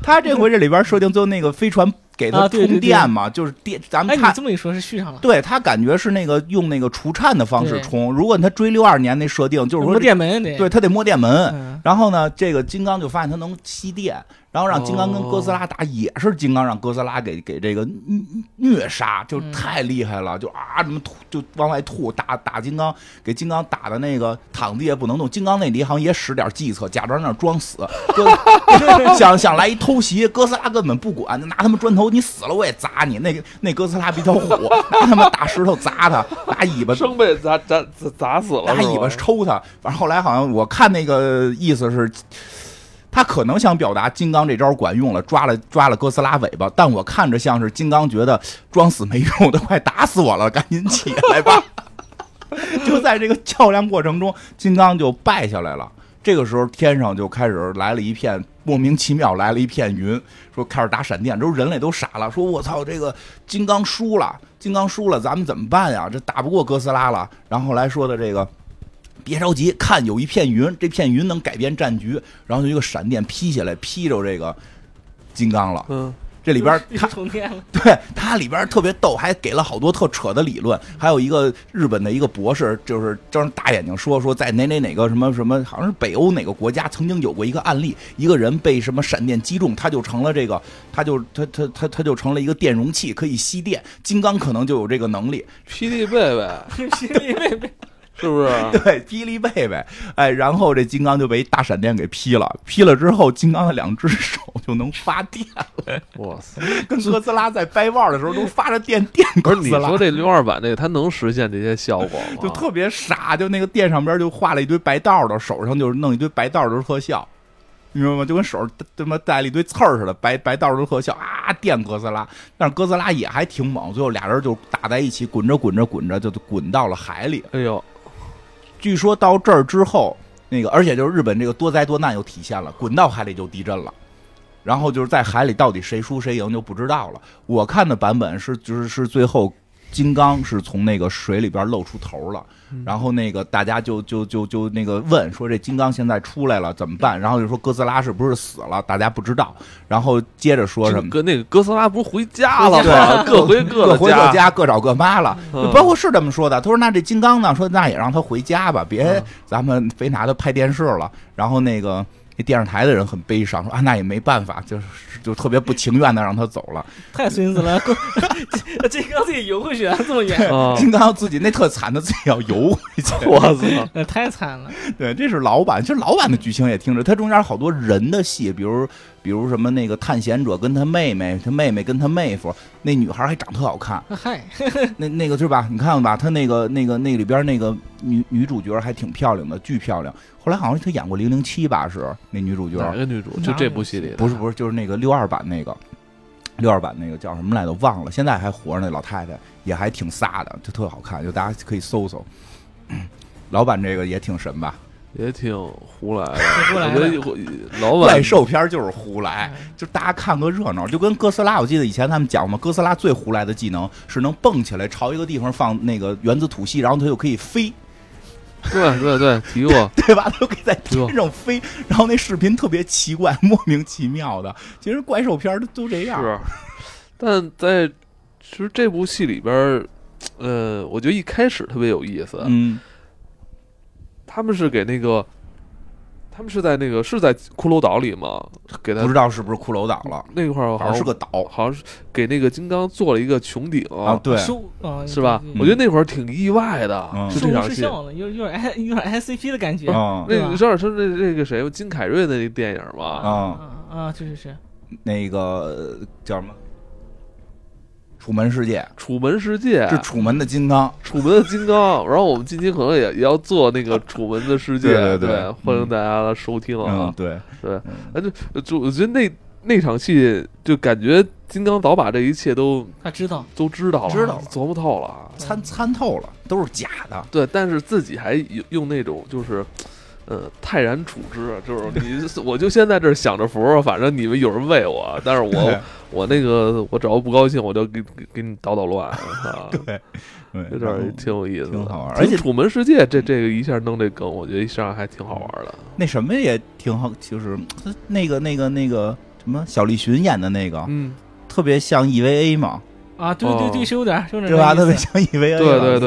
S2: 他这回这里边设定最后那个飞船给
S4: 啊
S2: 他
S4: 对对
S2: 充
S4: 对
S2: 电嘛，就是电，咱
S4: 哎，
S2: 们
S4: 你
S2: 看
S4: 这么一说，是续上了。
S2: 对他感觉是那个用那个除颤的方式
S4: 对
S2: 充。如果他追六二年那设定，就是
S4: 摸
S2: 说，
S4: 电门得
S2: 对，他得摸电门。
S4: 嗯，
S2: 然后呢，这个金刚就发现他能吸电，然后让金刚跟
S1: 哦
S2: 哥斯拉打，也是金刚让哥斯拉给给这个虐虐杀，就是
S4: 嗯
S2: 太厉害了，就啊什么吐就往外吐，打打金刚，给金刚打的那个躺地也不能动。金刚那里好像也使点计策，假装那儿装死，哥想想来一偷袭，哥斯拉根本不管，拿他们砖头，你死了我也砸你。那个那哥斯拉比条虎，拿他们大石头砸他，拿尾巴
S1: 生被砸砸砸砸死了，
S2: 拿
S1: 是
S2: 尾
S1: 吧
S2: 巴抽他。反正后来好像我看那个意思是，他可能想表达金刚这招管用了，抓了抓了哥斯拉尾巴。但我看着像是金刚觉得装死没用，都 *laughs* 快打死我了，赶紧起
S1: *laughs*
S2: 来吧。就在这个较量过程中，金刚就败下来了。这个时候，天上就开始来了一片莫名其妙来了一片云，说开始打闪电，这时候人类都傻了，说我操，这个金刚输了，金刚输了，咱们怎么办呀？这打不过哥斯拉了。然后后来说的这个。别着急，看有一片云，这片云能改变战局，然后就一个闪电劈下来，劈着这个金刚了。
S1: 嗯，
S2: 这里边儿
S4: 又
S2: 看
S4: 充电了，
S2: *laughs*
S4: *laughs*
S2: 对它里边儿特别逗，还给了好多特扯的理论，还有一个日本的一个博士，就是睁着大眼睛说说在哪哪哪个什么什么，好像是北欧哪个国家曾经有过一个案例，一个人被什么闪电击中，他就成了这个，他就他他他他就成了一个电容器，可以吸电，金刚可能就有这个能力， *laughs*
S1: 霹雳贝贝是
S2: *laughs*
S1: 不是？
S2: 对，霹雳贝贝，哎，然后这金刚就被一大闪电给劈了，劈了之后，金刚的两只手就能发电，
S1: 哇塞！
S2: 跟哥斯拉在掰腕儿的时候都发着电电
S1: 不
S2: 哥
S1: 是你
S2: 斯拉
S1: 说。这六二版这个，它能实现这些效果吗？
S2: 就特别傻，就那个电上边就画了一堆白道的，手上就是弄一堆白道的特效，你知道吗？就跟手上他妈带了一堆刺儿似的，白白道的特效啊，电哥斯拉。但是哥斯拉也还挺猛，最后俩人就打在一起，滚着滚着滚着就滚到了海里。
S1: 哎呦，
S2: 据说到这儿之后，那个而且就是日本这个多灾多难又体现了，滚到海里就地震了。然后就是在海里到底谁输谁赢就不知道了。我看的版本是，就是是最后金刚是从那个水里边露出头了，然后那个大家就就就就那个问说这金刚现在出来了怎么办？然后就说哥斯拉是不是死了？大家不知道。然后接着说什么？
S1: 跟那个哥斯拉不是回家了
S2: 回家
S1: 吗？*laughs*
S2: 了
S1: 各回
S2: 各
S1: 的
S2: 回各家，各找各妈了。
S1: 嗯
S2: 就包括是这么说的，他说：“那这金刚呢？说那也让他回家吧，别
S1: 嗯
S2: 咱们非拿他拍电视了。”然后那个那电视台的人很悲伤，说：“啊，那也没办法，就是就特别不情愿的让他走了。
S4: 太孙子了，够这这刚自己游回去这么
S2: *laughs*
S4: 远，
S1: 啊！
S2: 金刚自己那特惨，他自己要游回去。
S1: 我
S2: *laughs*
S1: 操！
S4: 呃，太惨了。
S2: 对，这是老版，其实老版的剧情也听着，它中间好多人的戏，比如比如什么那个探险者跟他妹妹，他妹妹跟他妹夫，那女孩还长特好看。
S4: 嗨，
S2: 那那个是吧？你看吧，她那个那个那里边那个女女主角还挺漂亮的，巨漂亮。后来好像她演过《零零七》吧，是那女主角，
S1: 哪个女主？
S4: 哪
S1: 就
S4: 有
S1: 这部戏里的？
S2: 不是不是，就是那个六二版那个，六二版那个叫什么来着？忘了，现在还活着那老太太也还挺飒的，就特好看，就大家可以搜搜。 *clears throat* 老版这个也挺神吧？
S1: 也挺胡来的。
S4: 挺胡来哎的
S1: 我觉得老
S2: 怪
S1: 版嗯
S2: 兽片儿就是胡来，就大家看个热闹，就跟哥斯拉，我记得以前他们讲嘛，哥斯拉最胡来的技能是能蹦起来朝一个地方放那个原子吐息，然后它就可以飞。
S1: 对对对，提
S2: *laughs*
S1: 过
S2: 对吧？它就可以在天上飞，然后那视频特别奇怪， *laughs* 莫名其妙的。其实怪兽片儿都都这样，
S1: 是，啊但在其实这部戏里边儿，呃，我觉得一开始特别有意思。啊
S2: 嗯，
S1: 他们是给那个，他们是在那个是在骷髅岛里吗？给他
S2: 不知道是不是骷髅岛了，
S1: 那块儿
S2: 好
S1: 好像
S2: 像是个岛
S1: 好像是给那个金刚做了一个穹顶
S2: 啊，对，
S4: 收啊，
S1: 是吧
S4: 对？
S1: 我觉得那会儿挺意外的，
S2: 嗯
S1: 就
S4: 收
S1: 这场
S4: 视
S1: 戏。
S4: 效了，有点有点 I *laughs* 有点 I C P 的感觉。
S2: 嗯
S1: 那
S4: 对吧
S1: 你知道是那那个谁吗？金凯瑞的那个电影
S2: 啊
S1: 嘛，
S2: 嗯，
S4: 啊啊，是是是，
S2: 那个呃叫什么？楚门世界
S1: 楚门世界》
S2: 是楚门的金刚，
S1: 楚门的金刚。然后我们近期可能也也要做那个《楚门的世界》，
S2: *laughs* 对对对嗯
S1: 欢迎大家的收听
S2: 嗯
S1: 啊，。
S2: 对，
S1: 对
S2: 嗯，
S1: 啊，就就我觉得那那场戏，就感觉金刚早把这一切都
S4: 他知道
S1: 都知道了，
S2: 知道了
S1: 琢磨透了啊。
S2: 参参透了，都是假的。
S1: 对，但是自己还有用那种就是，呃，泰然处之，就是你， *laughs* 我就先在这儿享着福，反正你们有人喂我，但是我
S2: 对
S1: 我那个我只要不高兴，我就给给给你捣捣乱啊，
S2: 对，对
S1: 有点
S2: 然后
S1: 儿挺有意思的，
S2: 挺好玩儿
S1: 听
S2: 而且
S1: 楚门世界》这这个一下弄这梗，我觉得一下还挺好玩的。
S2: 那什么也挺好，就是嗯那个那个那个什么小栗旬演的那个，
S1: 嗯，
S2: 特特别像 EVA 嘛，
S4: 啊，对对对，
S1: 哦
S4: 是有点儿，是有点
S2: 对
S4: 儿
S2: 吧？
S4: 那
S2: 特别
S4: 意思
S2: 像 EVA，
S1: 对对
S2: 了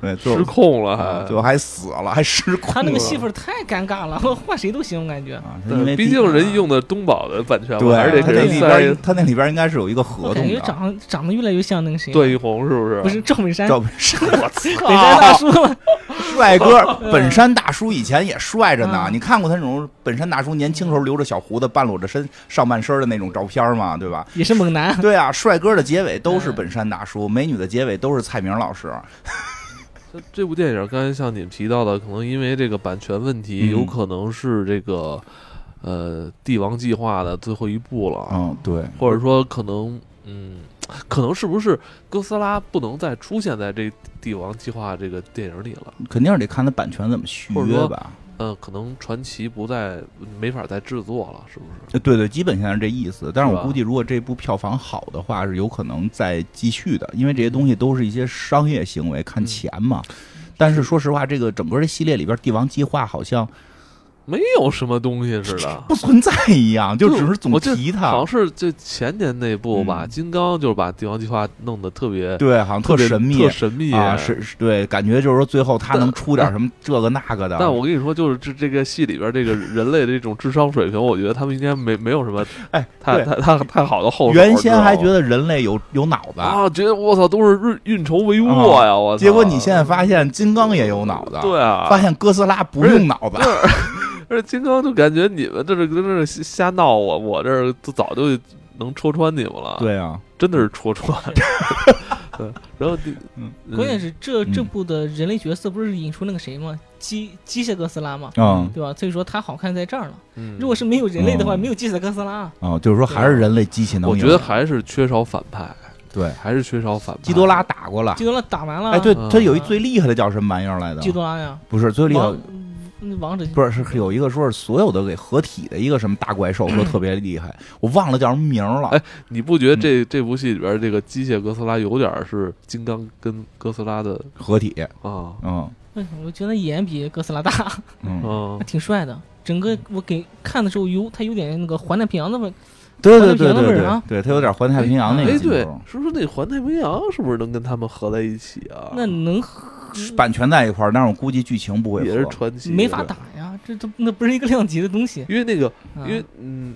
S1: 对，
S2: 对，
S1: 失
S2: 就
S1: 控了
S2: 啊
S1: 还，
S2: 就还死了，还失控了，
S4: 他那个戏份儿太尴尬了，换谁都行，我感觉。
S2: 啊，是因为
S1: 对，毕竟人用的东宝的版权嘛，
S2: 对，
S1: 而且
S2: 他
S1: 这
S2: 那
S1: 人
S2: 里边
S1: 算
S2: 儿他那里边儿应该是有一个合
S4: 我
S2: 同
S4: 感觉
S2: 的，
S4: 长长得越来越像那个谁，
S1: 段奕宏是不是？
S4: 不是赵本山，
S2: 赵
S4: 本
S2: 本 *laughs* 山，我
S4: 山
S2: *laughs*
S4: 大
S2: 操，
S4: 叔了，
S2: 帅 *laughs* 哥，本山大叔以前也帅着呢，
S4: 嗯
S2: 你看过他那种本山大叔年轻时候留着小胡子、半裸着身上半身的那种照片吗？对吧？
S4: *laughs* 也是猛男。
S2: 对啊，帅哥的结尾都是
S4: 嗯
S2: 本山大叔，美女的结尾都是蔡明老师。
S1: 这这部电影刚才像你们提到的，可能因为这个版权问题，
S2: 嗯
S1: 有可能是这个呃帝王计划的最后一步了，
S2: 嗯，对，
S1: 或者说可能嗯，可能是不是哥斯拉不能再出现在这帝王计划这个电影里了？
S2: 肯定是得看他版权怎么续
S1: 或者
S2: 约
S1: 说
S2: 吧。
S1: 嗯，可能传奇不再没法再制作了，是不是？
S2: 呃对对，基本现在是这意思。但是
S1: 是
S2: 我
S1: 吧
S2: 估计，如果这部票房好的话，是有可能再继续的，因为这些东西都是一些商业行为，看
S1: 嗯
S2: 钱嘛。但是说实话，这个整个这系列里边，《帝王计划》好像
S1: 没有什么东西似的。
S2: 不存在一样， *laughs* 就
S1: 就
S2: 只是总
S1: 我记得
S2: 提
S1: 好像。
S2: 它
S1: 是这前年那部吧，
S2: 嗯
S1: 金刚就是把帝王计划弄得特别
S2: 对，好像特
S1: 别
S2: 神秘
S1: 特神秘
S2: 啊，是是对，感觉就是说最后他能出点什么这个那个的。
S1: 但我跟你说，就是这这个戏里边这个人类的这种智商水平，我觉得他们应该没没有什么
S2: 哎，
S1: 太
S2: 对，
S1: 太太太好的后手。
S2: 原先还
S1: 知
S2: 觉
S1: 道吗
S2: 得人类有有脑子，
S1: 啊，觉得我操都是运运筹帷幄呀，我操！
S2: 啊结果你现在发现金刚也有脑子，
S1: 对啊，
S2: 发现哥斯拉不用脑子
S1: 而。而且金刚就感觉你们这是跟这是瞎闹我，我这儿都早就能戳穿你们了。，
S2: 对啊，
S1: 真的是戳
S2: *laughs*
S1: 穿。对，然后第
S2: 嗯
S4: 关键
S1: 是
S4: 是这这
S2: 嗯
S4: 部的人类角色不是引出那个谁吗？机机械哥斯拉嘛，
S2: 嗯，
S4: 对吧？所以说他好看在这儿了。
S1: 嗯
S4: 如果是没有人类的话，
S2: 嗯
S4: 没有机械哥斯拉，啊
S2: 哦，就是说还是人类机器能
S1: 我
S2: 赢。
S1: 觉得还是缺少反派，
S2: 对，
S1: 还是缺少反派。
S2: 基多拉打过了
S4: 基。多拉打完了。
S2: 哎，对
S1: 嗯
S2: 他有一最厉害的叫什么玩意儿来的
S4: 基？多拉呀，
S2: 不是最厉害
S4: 王，嗯王者
S2: 不是是有一个说是所有的给合体的一个什么大怪兽，说特别厉害，我忘了叫什么名儿了。
S1: 哎你不觉得这、这部戏里边这个机械哥斯拉有点是金刚跟哥斯拉的
S2: 合体，
S1: 啊？
S2: 嗯
S4: 嗯我觉得眼比哥斯拉大，
S2: *laughs* 嗯，
S1: 嗯，
S4: 挺帅的。整个我给看的时候有他有点那个环太平洋的味，
S2: 对对对
S4: 环太
S2: 对
S4: 平洋的味儿
S2: 对
S4: 啊，
S2: 对，他有点环太平洋那
S1: 哎
S2: 个劲
S1: 对
S2: 头，，
S1: 是不是那环太平洋是不是能跟他们合在一起啊？
S4: 那能
S2: 版权在一块儿，但是我估计剧情不会
S1: 也是
S2: 合。
S1: 传奇，
S4: 没法打呀，这都那不是一个量级的东西。
S1: 因为那个，
S4: 啊
S1: 因为嗯。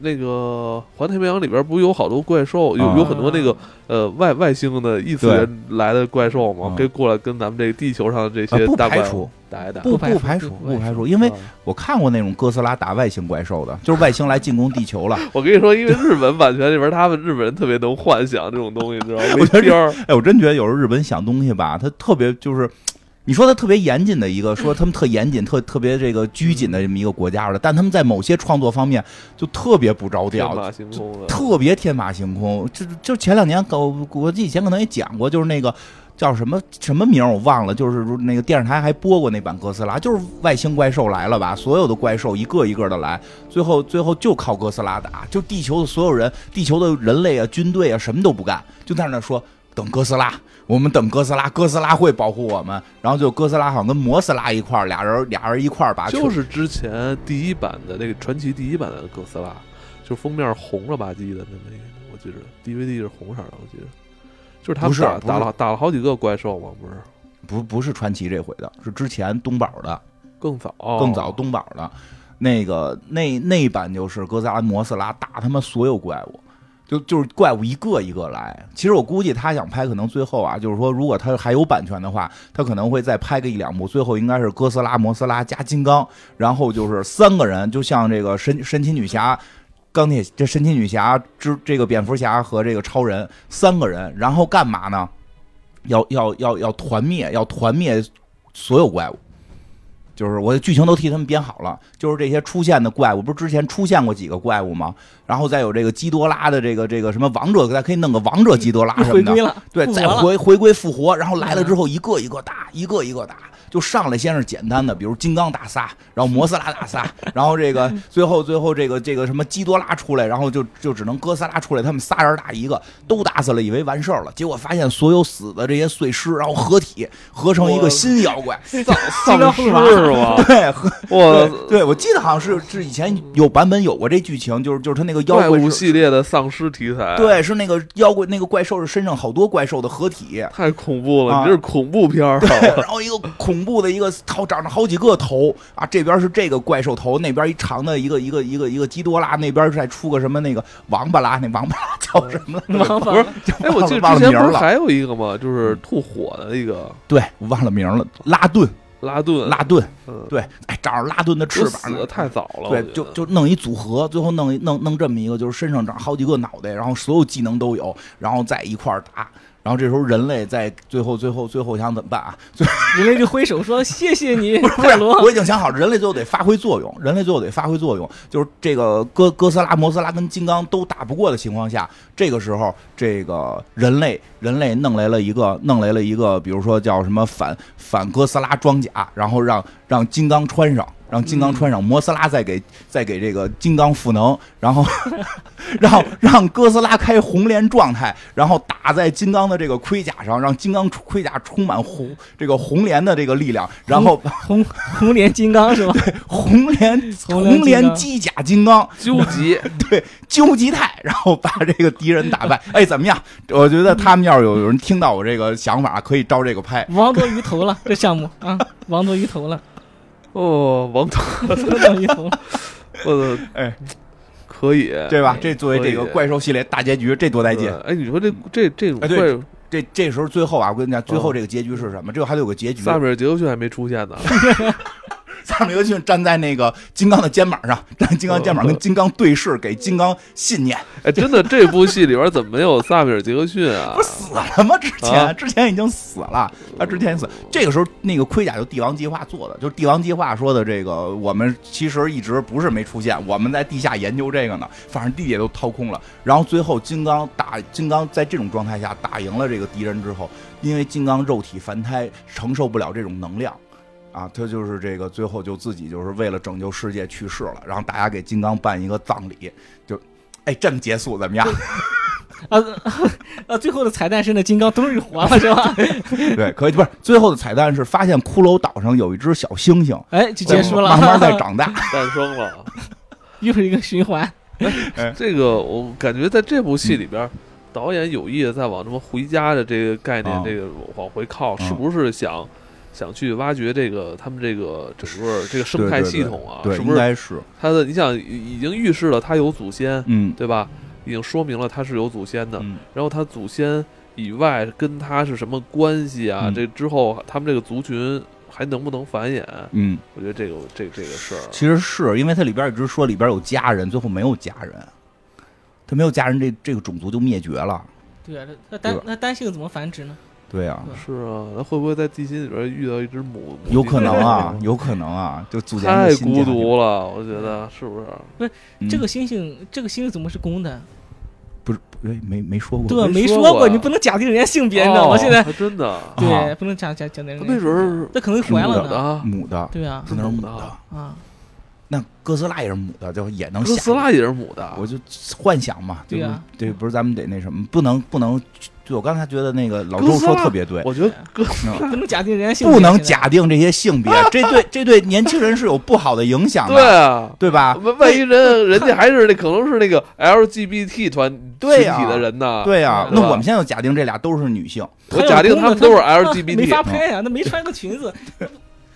S1: 那个环太平洋里边不是有好多怪兽，
S2: 啊
S1: 有有很多那个呃外外星的异次元来的怪兽吗？
S2: 嗯
S1: 可以过来跟咱们这个地球上的这
S2: 啊
S1: 些
S2: 不
S1: 大
S2: 排
S1: 怪
S2: 除，
S1: 打一打，
S4: 不
S2: 不
S4: 排
S2: 排
S4: 除
S2: 除，
S4: 不
S2: 不排
S4: 排除嗯
S2: 除，因为
S1: 啊
S2: 我看过那种哥斯拉打外星怪兽的，就是外星来进攻地球了。
S1: 我跟你说，因为日本版权里边，他们日本人特别能幻想这种东西，你知道吗？
S2: *laughs* 我觉得
S1: 没边儿
S2: 哎，我真觉得有时候日本想东西吧，他特别就是，你说他特别严谨的一个，说他们特严谨、特特别这个拘谨的这么一个国家似的，但他们在某些创作方面就特别不着
S1: 天
S2: 调
S1: 马，行空的，
S2: 特别天马行空。就就前两年搞，我以前可能也讲过，就是那个。叫什么什么名儿我忘了，就是那个电视台还播过那版哥斯拉，就是外星怪兽来了吧，所有的怪兽一个一个的来，最后最后就靠哥斯拉打，就地球的所有人，地球的人类啊、军队啊什么都不干，就在那儿说等哥斯拉，我们等哥斯拉，哥斯拉会保护我们。然后就哥斯拉好像跟摩斯拉一块儿，俩人俩人一块儿把
S1: 就
S2: 全
S1: 是之前第一版的那个传奇第一版的哥斯拉，就是封面红了吧唧的那么一个，我记着 DVD 是红色的，我记着。就是他
S2: 不
S1: 们
S2: 是
S1: 打
S2: 不是
S1: 打了打了好几个怪兽嘛，不是
S2: 不不是传奇这回的，是之前东宝的。
S1: 更早
S2: 更早东宝的，那个那那一版就是哥斯拉、摩斯拉打他妈所有怪物，就就是怪物一个一个来。其实我估计他想拍，可能最后啊，就是说如果他还有版权的话，他可能会再拍个一两部，最后应该是哥斯拉、摩斯拉加金刚，然后就是三个人，就像这个神神奇女侠。钢铁这神奇女侠、之这个蝙蝠侠和这个超人三个人，然后干嘛呢？要要要要团灭，要团灭所有怪物。就是我的剧情都替他们编好了，就是这些出现的怪物，不是之前出现过几个怪物吗？然后再有这个基多拉的这个这个什么王者，再可以弄个王者基多拉什么
S4: 啊回
S2: 的
S4: 归，了，
S2: 对，
S4: 复活
S2: 再
S4: 了
S2: 回回归复活，然后来了之后一个一个打，一个一个打，就上来先是简单的，比如金刚打仨，然后摩斯拉打仨，然后这
S4: *laughs*
S2: 个最后最后这个这个什么基多拉出来，然后就就只能哥斯拉出来，他们仨人打一个，都打死了，以为完事儿了，结果发现所有死的这些碎尸，然后合体合成一个新妖
S1: *laughs*
S2: 怪，
S1: 丧丧尸
S2: *laughs*
S1: 吧？
S2: 对，合
S1: 我
S2: 对对，我记得好像是是以前有版本有过这剧情，就是就是他那个妖
S1: 怪
S2: 怪
S1: 物
S2: 是
S1: 系列的丧尸题材，，
S2: 对，是那个妖怪，那个怪兽是身上好多怪兽的合体，
S1: 太恐怖了，
S2: 啊
S1: 你这是恐怖片
S2: *laughs*
S1: 儿。
S2: 对，然后一个恐怖的一个好长着好几个头啊，这边是这个怪兽头，那边一长的一个一个一个一个基多拉，那边再出个什么那个王八拉，那王
S1: *laughs*
S2: 八拉叫什么来着？
S4: 王八
S1: 不是哎，我记得之前
S2: 忘了名
S1: 不
S2: 儿
S1: 是
S2: 了嗯
S1: 还有一个吗？就是吐火的那个
S2: 对，忘了名了，拉顿，
S1: 拉顿，
S2: 拉顿，
S1: 嗯
S2: 对，哎，长着拉顿的
S1: 就
S2: 翅
S1: 死
S2: 膀
S1: 的
S2: 呢。
S1: 太早了，
S2: 对
S1: 我觉，得
S2: 就就弄一组合，最后弄一弄弄这么一个，就是身上长好几个脑袋，然后所有技能都有，然后在一块儿打，然后这时候人类在最后最后最后想怎么办啊？最
S4: 人类就挥
S2: *laughs*
S4: 手说谢谢你，
S2: 不
S4: 泰
S2: 是，
S4: 罗。
S2: *laughs* 我已经想好了，人类最后得发挥作用，人类最后得发挥作用，就是这个哥哥斯拉、摩斯拉跟金刚都打不过的情况下，这个时候，这个人类人类弄来了一个弄来了一个，比如说叫什么反反哥斯拉装甲，然后让让金刚穿上。让金刚穿上，摩斯拉再给再给这个金刚赋能，然后 *laughs* 让让哥斯拉开红莲状态，然后打在金刚的这个盔甲上，让金刚盔甲充满红这个红莲的这个力量，然后
S4: 红红莲金刚是吧？
S2: 红莲
S4: *laughs* 红莲
S2: 红莲
S4: 金嗯
S2: 机甲金刚
S1: 纠结，
S2: 对究极泰， *laughs* 然后把这个敌人
S4: *laughs*
S2: 打败。哎，怎么样？我觉得他们要是有有人听到我这个想法，可以照这个拍。
S4: *laughs* 王多鱼头了，这项目 *laughs* 啊，王多鱼头了，
S1: 哦，王导，
S4: 王多鱼头了。
S1: 我的
S2: *laughs* 哎，
S1: 可以，
S4: 嗯
S2: 对吧？这作为这个
S1: 可以
S2: 怪兽系列大结局，这多带劲
S1: 对！哎，你说这这这种
S2: 哎
S1: 怪
S2: 对这这时候最后啊，我跟你讲，最后这个结局是什么？这个还得有个结局。
S1: 嗯萨米尔杰克逊还没出现呢，
S2: *laughs*
S1: *laughs*
S2: 萨米尔逊站在那个金刚的肩膀上，站在金
S1: 嗯
S2: 刚肩膀跟金刚对视，给金刚信念。
S1: 哎，真的，这部戏里边怎么没有萨米尔杰克逊啊
S2: *laughs* 不？是死了吗？之
S1: 啊
S2: 前之前已经死了，他之前死。这个时候，那个盔甲就帝王计划做的，就是帝王计划说的这个，我们其实一直不是没出现，我们在地下研究这个呢。反正地也都掏空了，然后最后金刚打金刚在这种状态下打赢了这个敌人之后，因为金刚肉体凡胎承受不了这种能量。啊，他就是这个，最后就自己就是为了拯救世界去世了，然后大家给金刚办一个葬礼，就，哎，这么结束怎么样？
S4: *laughs* 啊 *laughs* 啊！最后的彩蛋是那金刚终于活了，是吧？
S2: *laughs* 对，可以，不是最后的彩蛋是发现骷髅岛上有一只小星星，
S4: *laughs* 哎，就结束了，
S2: 慢慢
S4: *laughs*
S2: 在，长大。
S1: 诞生了。 *laughs*
S4: 又是一个循环。
S1: 这个我感觉在这部戏里
S2: 嗯
S1: 边，导演有意的在往什么回家的这个概念，
S2: 啊
S1: 这个往回靠，
S2: 嗯
S1: 是不是想想去挖掘这个他们这个整个这个生态系统啊？
S2: 对，
S1: 是
S2: 应
S1: 不是
S2: 该是，
S1: 他的？你想已已经预示了他有祖先，
S2: 嗯
S1: 对吧？已经说明了他是有祖先的，
S2: 嗯
S1: 然后他祖先以外跟他是什么关系啊？
S2: 嗯
S1: 这之后他们这个族群还能不能繁衍？
S2: 嗯，
S1: 我觉得这个这这个事儿，啊
S2: 其实是因为它里边一直说里边有家人，最后没有家人，他没有家人，这这个种族就灭绝了。
S4: 对啊，那单那单性怎么繁殖呢？
S2: 对啊，
S1: 是啊，那会不会在地心里边遇到一只母？母
S2: 有可能
S1: *laughs*
S2: 啊，
S1: 鸡
S2: 有可能啊，就组建一
S1: 太
S2: 个新
S1: 孤
S2: 家庭。
S1: 独了，我觉得是不是？
S2: 嗯
S4: 这个星星，这个星星怎么是公的？
S2: 不是，哎，没没说过。
S4: 对，
S1: 没
S4: 没
S1: 说
S4: 说
S1: 过
S4: 过，你不能假定人家性别，你知道
S1: 哦
S4: 吗？
S1: *laughs*
S4: 现在
S1: 还真的，嗯
S4: 对，不能假假假定人
S1: 他
S4: 家。
S1: 那时候是
S4: 那可能怀了
S1: 母
S4: 呢。
S1: 的，
S2: 母的，
S4: 对啊，
S1: 是
S2: 那是
S1: 母
S2: 母
S1: 的 *laughs*
S2: 的。
S4: 啊，
S2: 那哥斯拉也是母的，就也能
S1: 哥
S2: 下
S1: 斯拉也是母的，
S2: 我就幻想嘛，
S4: 啊对
S2: 就是
S4: 啊
S2: 对，不是咱们得那什么，不能不能，就我刚才觉得那个老周
S1: 哥斯拉
S2: 说特别对，
S1: 我觉得哥
S4: 不能假定人家性别。
S2: 不能
S4: 现在
S2: 假定这些性别，这对这对年轻人是有不好的影响
S1: 对
S2: 的，
S1: 啊。
S2: 对吧？
S1: 万万一人人家还是那可能是那个 LGBT 团
S2: 对
S1: 群
S2: 呀
S1: 体的人呢？
S2: 对呀，
S1: 对吧
S2: 那我们现在就假定这俩都是女性，
S1: 我假定他们都是
S4: 他有公的他
S1: LGBT
S4: *laughs* 没法拍呀，那没穿个裙子， *laughs*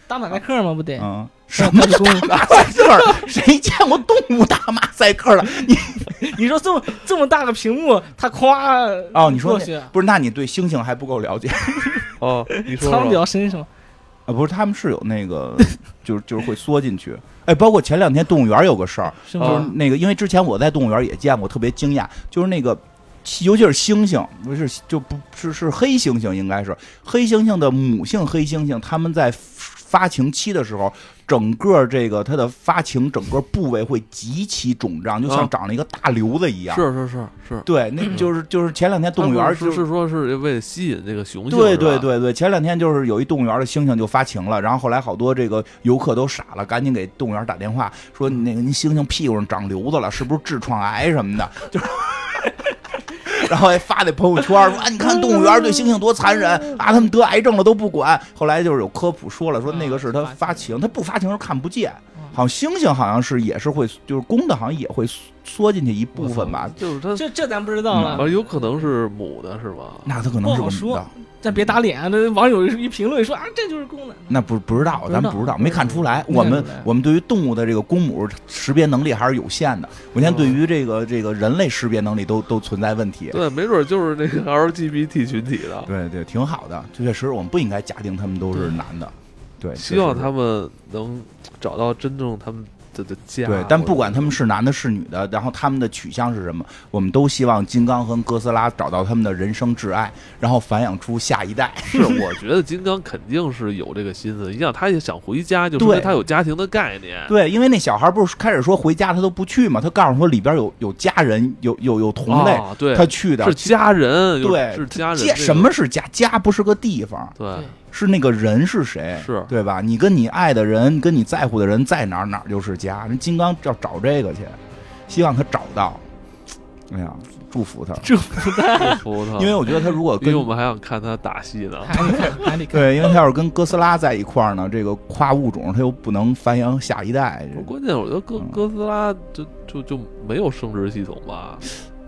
S4: 打马赛克吗？不得，
S2: 嗯，什么
S4: 公
S2: 大马赛克儿？谁见过动物大马赛克了？你
S4: *laughs* 你说这么这么大个屏幕，他夸
S2: 哦，你说
S4: 过
S2: 那
S4: 去，啊
S2: 不是？那你对猩猩还不够了解
S1: 哦，你说
S4: 藏不
S1: 说，
S4: 了身是吗？
S2: 啊？不是，他们是有那
S4: *laughs*
S2: 个，就是就是会缩进去。哎，包括前两天动物园有个事儿，
S4: 是
S1: 哦
S2: 就是
S4: 吗？
S2: 那个，因为之前我在动物园也见过，特别惊讶，就是那个，尤其是猩猩，不是就不是是黑猩猩，应该是黑猩猩的母性黑猩猩，它们在发情期的时候，整个这个它的发情整个部位会极其肿胀，就像
S1: 啊
S2: 长了一个大瘤子一样。
S1: 是是是是，
S2: 对，那就是就是前两天动物园儿
S1: 是
S2: 就是
S1: 是说是为了吸引这个雄性，
S2: 对
S1: 是吧
S2: 对，对对，前两天就是有一动物园的猩猩就发情了，然后后来好多这个游客都傻了，赶紧给动物园打电话说那个您猩猩屁股上长瘤子了，是不是痔疮癌什么的？就是。然后还发那朋友圈说啊，你看动物园对猩猩多残忍
S4: 嗯
S2: 啊，他们得癌症了都不管。后来就是有科普说了，说那个是它发
S4: 嗯
S2: 情，它不发情时候看不见。好像猩猩好像是也是会，就是公的好像也会缩进去一部分吧。
S1: 嗯就是它
S4: 这这咱不知道
S1: 啊，
S4: 了，
S1: 有可能是母的是吧？
S2: 那它可能是个
S4: 不好
S2: 母
S4: 说
S2: 的，
S4: 咱别打脸啊！这网友一评论说啊，这就是
S2: *laughs*
S4: 公的，
S2: 那不不知道，
S4: 不知
S2: 咱
S4: 道
S2: 不知道，没看出来。
S4: 没看
S2: 我
S4: 出
S2: 们
S4: 来
S2: 我们对于动物的这个公母识别能力还是有限的。我现在对于这个这个人类识别能力都都存在问题。
S1: 对，没准儿就是那个 *laughs* LGBT 群体的，
S2: 对对，挺好的，确实我们不应该假定他们都是男的。对，
S1: 希望
S2: 确实
S1: 他们能找到真正他们的的家。
S2: 对，但不管他们是男的是女的，然后他们的取向是什么，我们都希望金刚和哥斯拉找到他们的人生挚爱，然后繁衍出下一代。
S1: 是，我觉得金刚肯定是有这个心思。你想，他也想回家，就
S2: 对
S1: 说明他有家庭的概念。
S2: 对，因为那小孩不是开始说回家他都不去嘛，他告诉说里边有有家人，有有有同类，
S1: 啊，对，
S2: 他去的
S1: 是家人，有
S2: 对
S1: 是家人这
S2: 家
S1: 个。
S2: 什么是家？家不是个地方，
S1: 对
S4: 对，
S2: 是那个人是谁，
S1: 是
S2: 对吧？你跟你爱的人，跟你在乎的人在哪儿，哪儿就是家。人金刚要找这个去，希望他找到。哎呀，祝福他，
S1: 不服他？
S2: 因为我觉得他如果
S1: 因为
S2: 跟
S1: 啊哎我们还想看他打戏呢。
S2: 啊
S4: *laughs* 还得看，
S2: *laughs*
S4: 还得看。
S2: 对，因为他要是跟哥斯拉在一块儿呢，这个跨物种他又不能繁衍下一代。
S1: 关键我觉得哥
S2: 嗯
S1: 哥斯拉就就就没有生殖系统吧？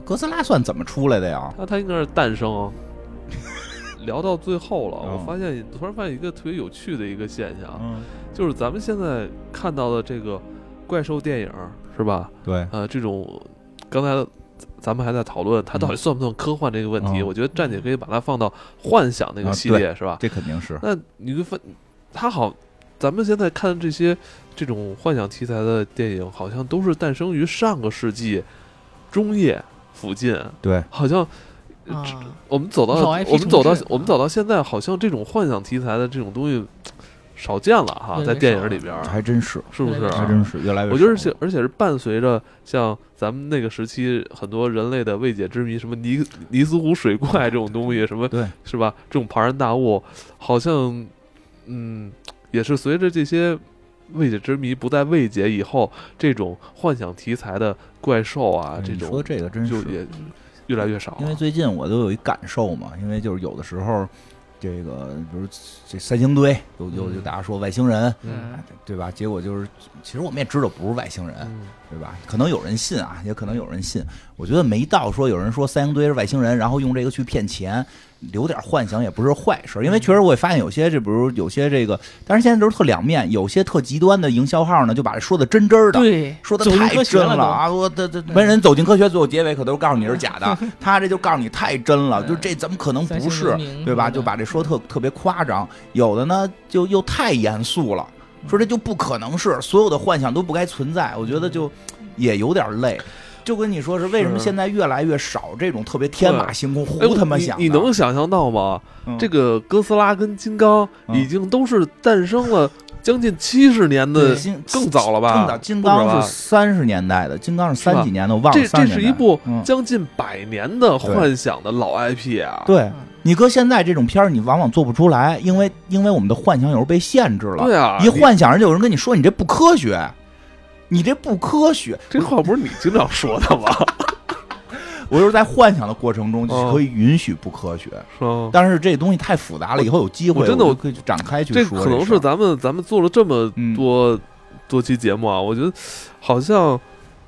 S2: 哥斯拉算怎么出来的呀？
S1: 他他应该是诞
S2: *laughs*
S1: 生。啊聊到最后了，我
S2: 嗯
S1: 发现突然发现一个特别有趣的一个现象，
S2: 嗯，
S1: 就是咱们现在看到的这个怪兽电影是吧？
S2: 对，
S1: 呃，这种刚才咱们还在讨论它到底算不算科幻这个问题，
S2: 嗯
S1: 我觉得站姐可以把它放到幻想那个系列、是吧？
S2: 这肯定是。
S1: 那你就发，它好，咱们现在看这些这种幻想题材的电影，好像都是诞生于上个世纪中叶附近，
S2: 对，
S1: 好像
S4: 啊，
S2: 嗯
S1: 我们走到
S4: 老 IP
S1: 我们走到
S4: 重置
S1: 我们走到现在，好像这种幻想题材的这种东西少见了哈，
S4: 越来
S1: 在
S4: 越
S1: 电
S4: 少
S1: 影
S4: 了
S1: 里边儿
S2: 还真是，
S1: 是不是
S4: 越来越
S1: 啊？
S4: 少
S2: 还真是越来越少了。
S1: 我觉得是，而且是伴随着像咱们那个时期很多人类的未解之谜，什么尼尼斯湖水怪
S2: *laughs*
S1: 这种东西，什么
S2: 对
S1: 是吧？这种庞然大物，好像嗯，也是随着这些未解之谜不再未解以后，这种幻想题材的怪兽啊
S2: 哎，
S1: 这
S2: 你
S1: 种
S2: 说这个真是
S1: 就也越来越少了。
S2: 因为最近我都有一感受嘛，因为就是有的时候，这个比如这三星堆有有
S1: 嗯
S2: 有大家说外星人，
S4: 嗯，
S2: 对吧？结果就是，其实我们也知道不是外星人，
S1: 嗯
S2: 对吧？可能有人信啊，也可能有人信。我觉得没到说有人说三星堆是外星人，然后用这个去骗钱，留点幻想也不是坏事。因为确实我也发现有些这，比如有些这个，但是现在都是特两面，有些特极端的营销号呢，就把这说的真真儿的，
S4: 对，
S2: 说的
S4: 走进
S2: 太
S4: 科学
S2: 真
S4: 了
S2: 了
S4: 都，
S2: 啊！我这这没人走进科学，最后结尾可都是告诉你是假 *laughs* 的，他这就告诉你太真了，
S4: 嗯
S2: 就这怎么可能
S4: 三
S2: 不
S4: 星
S2: 是
S4: 文明，
S2: 对吧？
S4: 什么的
S2: 就把这说特特别夸张，有的呢就又太严肃了，说这就不可能是，所有的幻想都不该存在，我觉得就也有点累。就跟你说嗯是为什么
S1: 是
S2: 现在越来越少这种特别天马
S1: 对
S2: 行空
S1: 哎
S2: 胡他妈想的
S1: 你，你能想象到吗？
S2: 嗯
S1: 这个哥斯拉跟金刚
S2: 嗯
S1: 已经都是诞生了将近七十年的
S4: 对
S2: 金
S1: 更早了吧？
S2: 更早金
S1: 不止
S2: 刚
S1: 吧
S2: 是三十年代的，金刚是
S1: 是
S2: 三
S1: 吧
S2: 几年的，我忘了
S1: 这
S2: 三
S1: 这
S2: 十
S1: 是
S2: 年
S1: 一
S2: 代。
S1: 部
S2: 嗯
S1: 将近百年的幻想的老 IP 啊！，
S2: 对
S4: 嗯
S2: 你搁现在这种片儿，你往往做不出来，因为因为我们的幻想有时候被限制了。
S1: 对啊，
S2: 一幻想，人就有人跟你说你这不科学，你这不科学。
S1: 这话不是你经常说的
S2: *laughs*
S1: 吗？
S2: 我就是在幻想的过程中
S1: 哦
S2: 可以允许不科学，
S1: 是吗？
S2: 但是这东西太复杂了，以后有机
S1: 嗯
S2: 会
S1: 我真的
S2: 我
S1: 我
S2: 就可以去展开去
S1: 这
S2: 说。
S1: 可能
S2: 事儿嗯
S1: 是咱们咱们做了这么多、多期节目啊，我觉得好像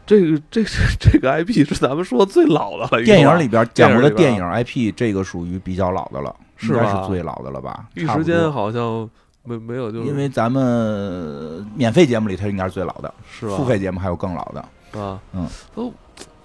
S1: 这个这个、这个 IP 是咱们说的最老的了。
S2: 电影里边讲过的
S1: 电
S2: 电
S1: 影
S2: 影 IP，这个属于比较老的了，
S1: 是
S2: 应
S1: 吧
S2: 该是最老的了吧？
S1: 一
S2: 差
S1: 时
S2: 不多
S1: 间好像没没有，就是
S2: 因为咱们呃免费节目里它应该是最老的，
S1: 是吧？
S2: 付费节目还有更老的。
S1: 啊，
S2: 嗯，
S1: 都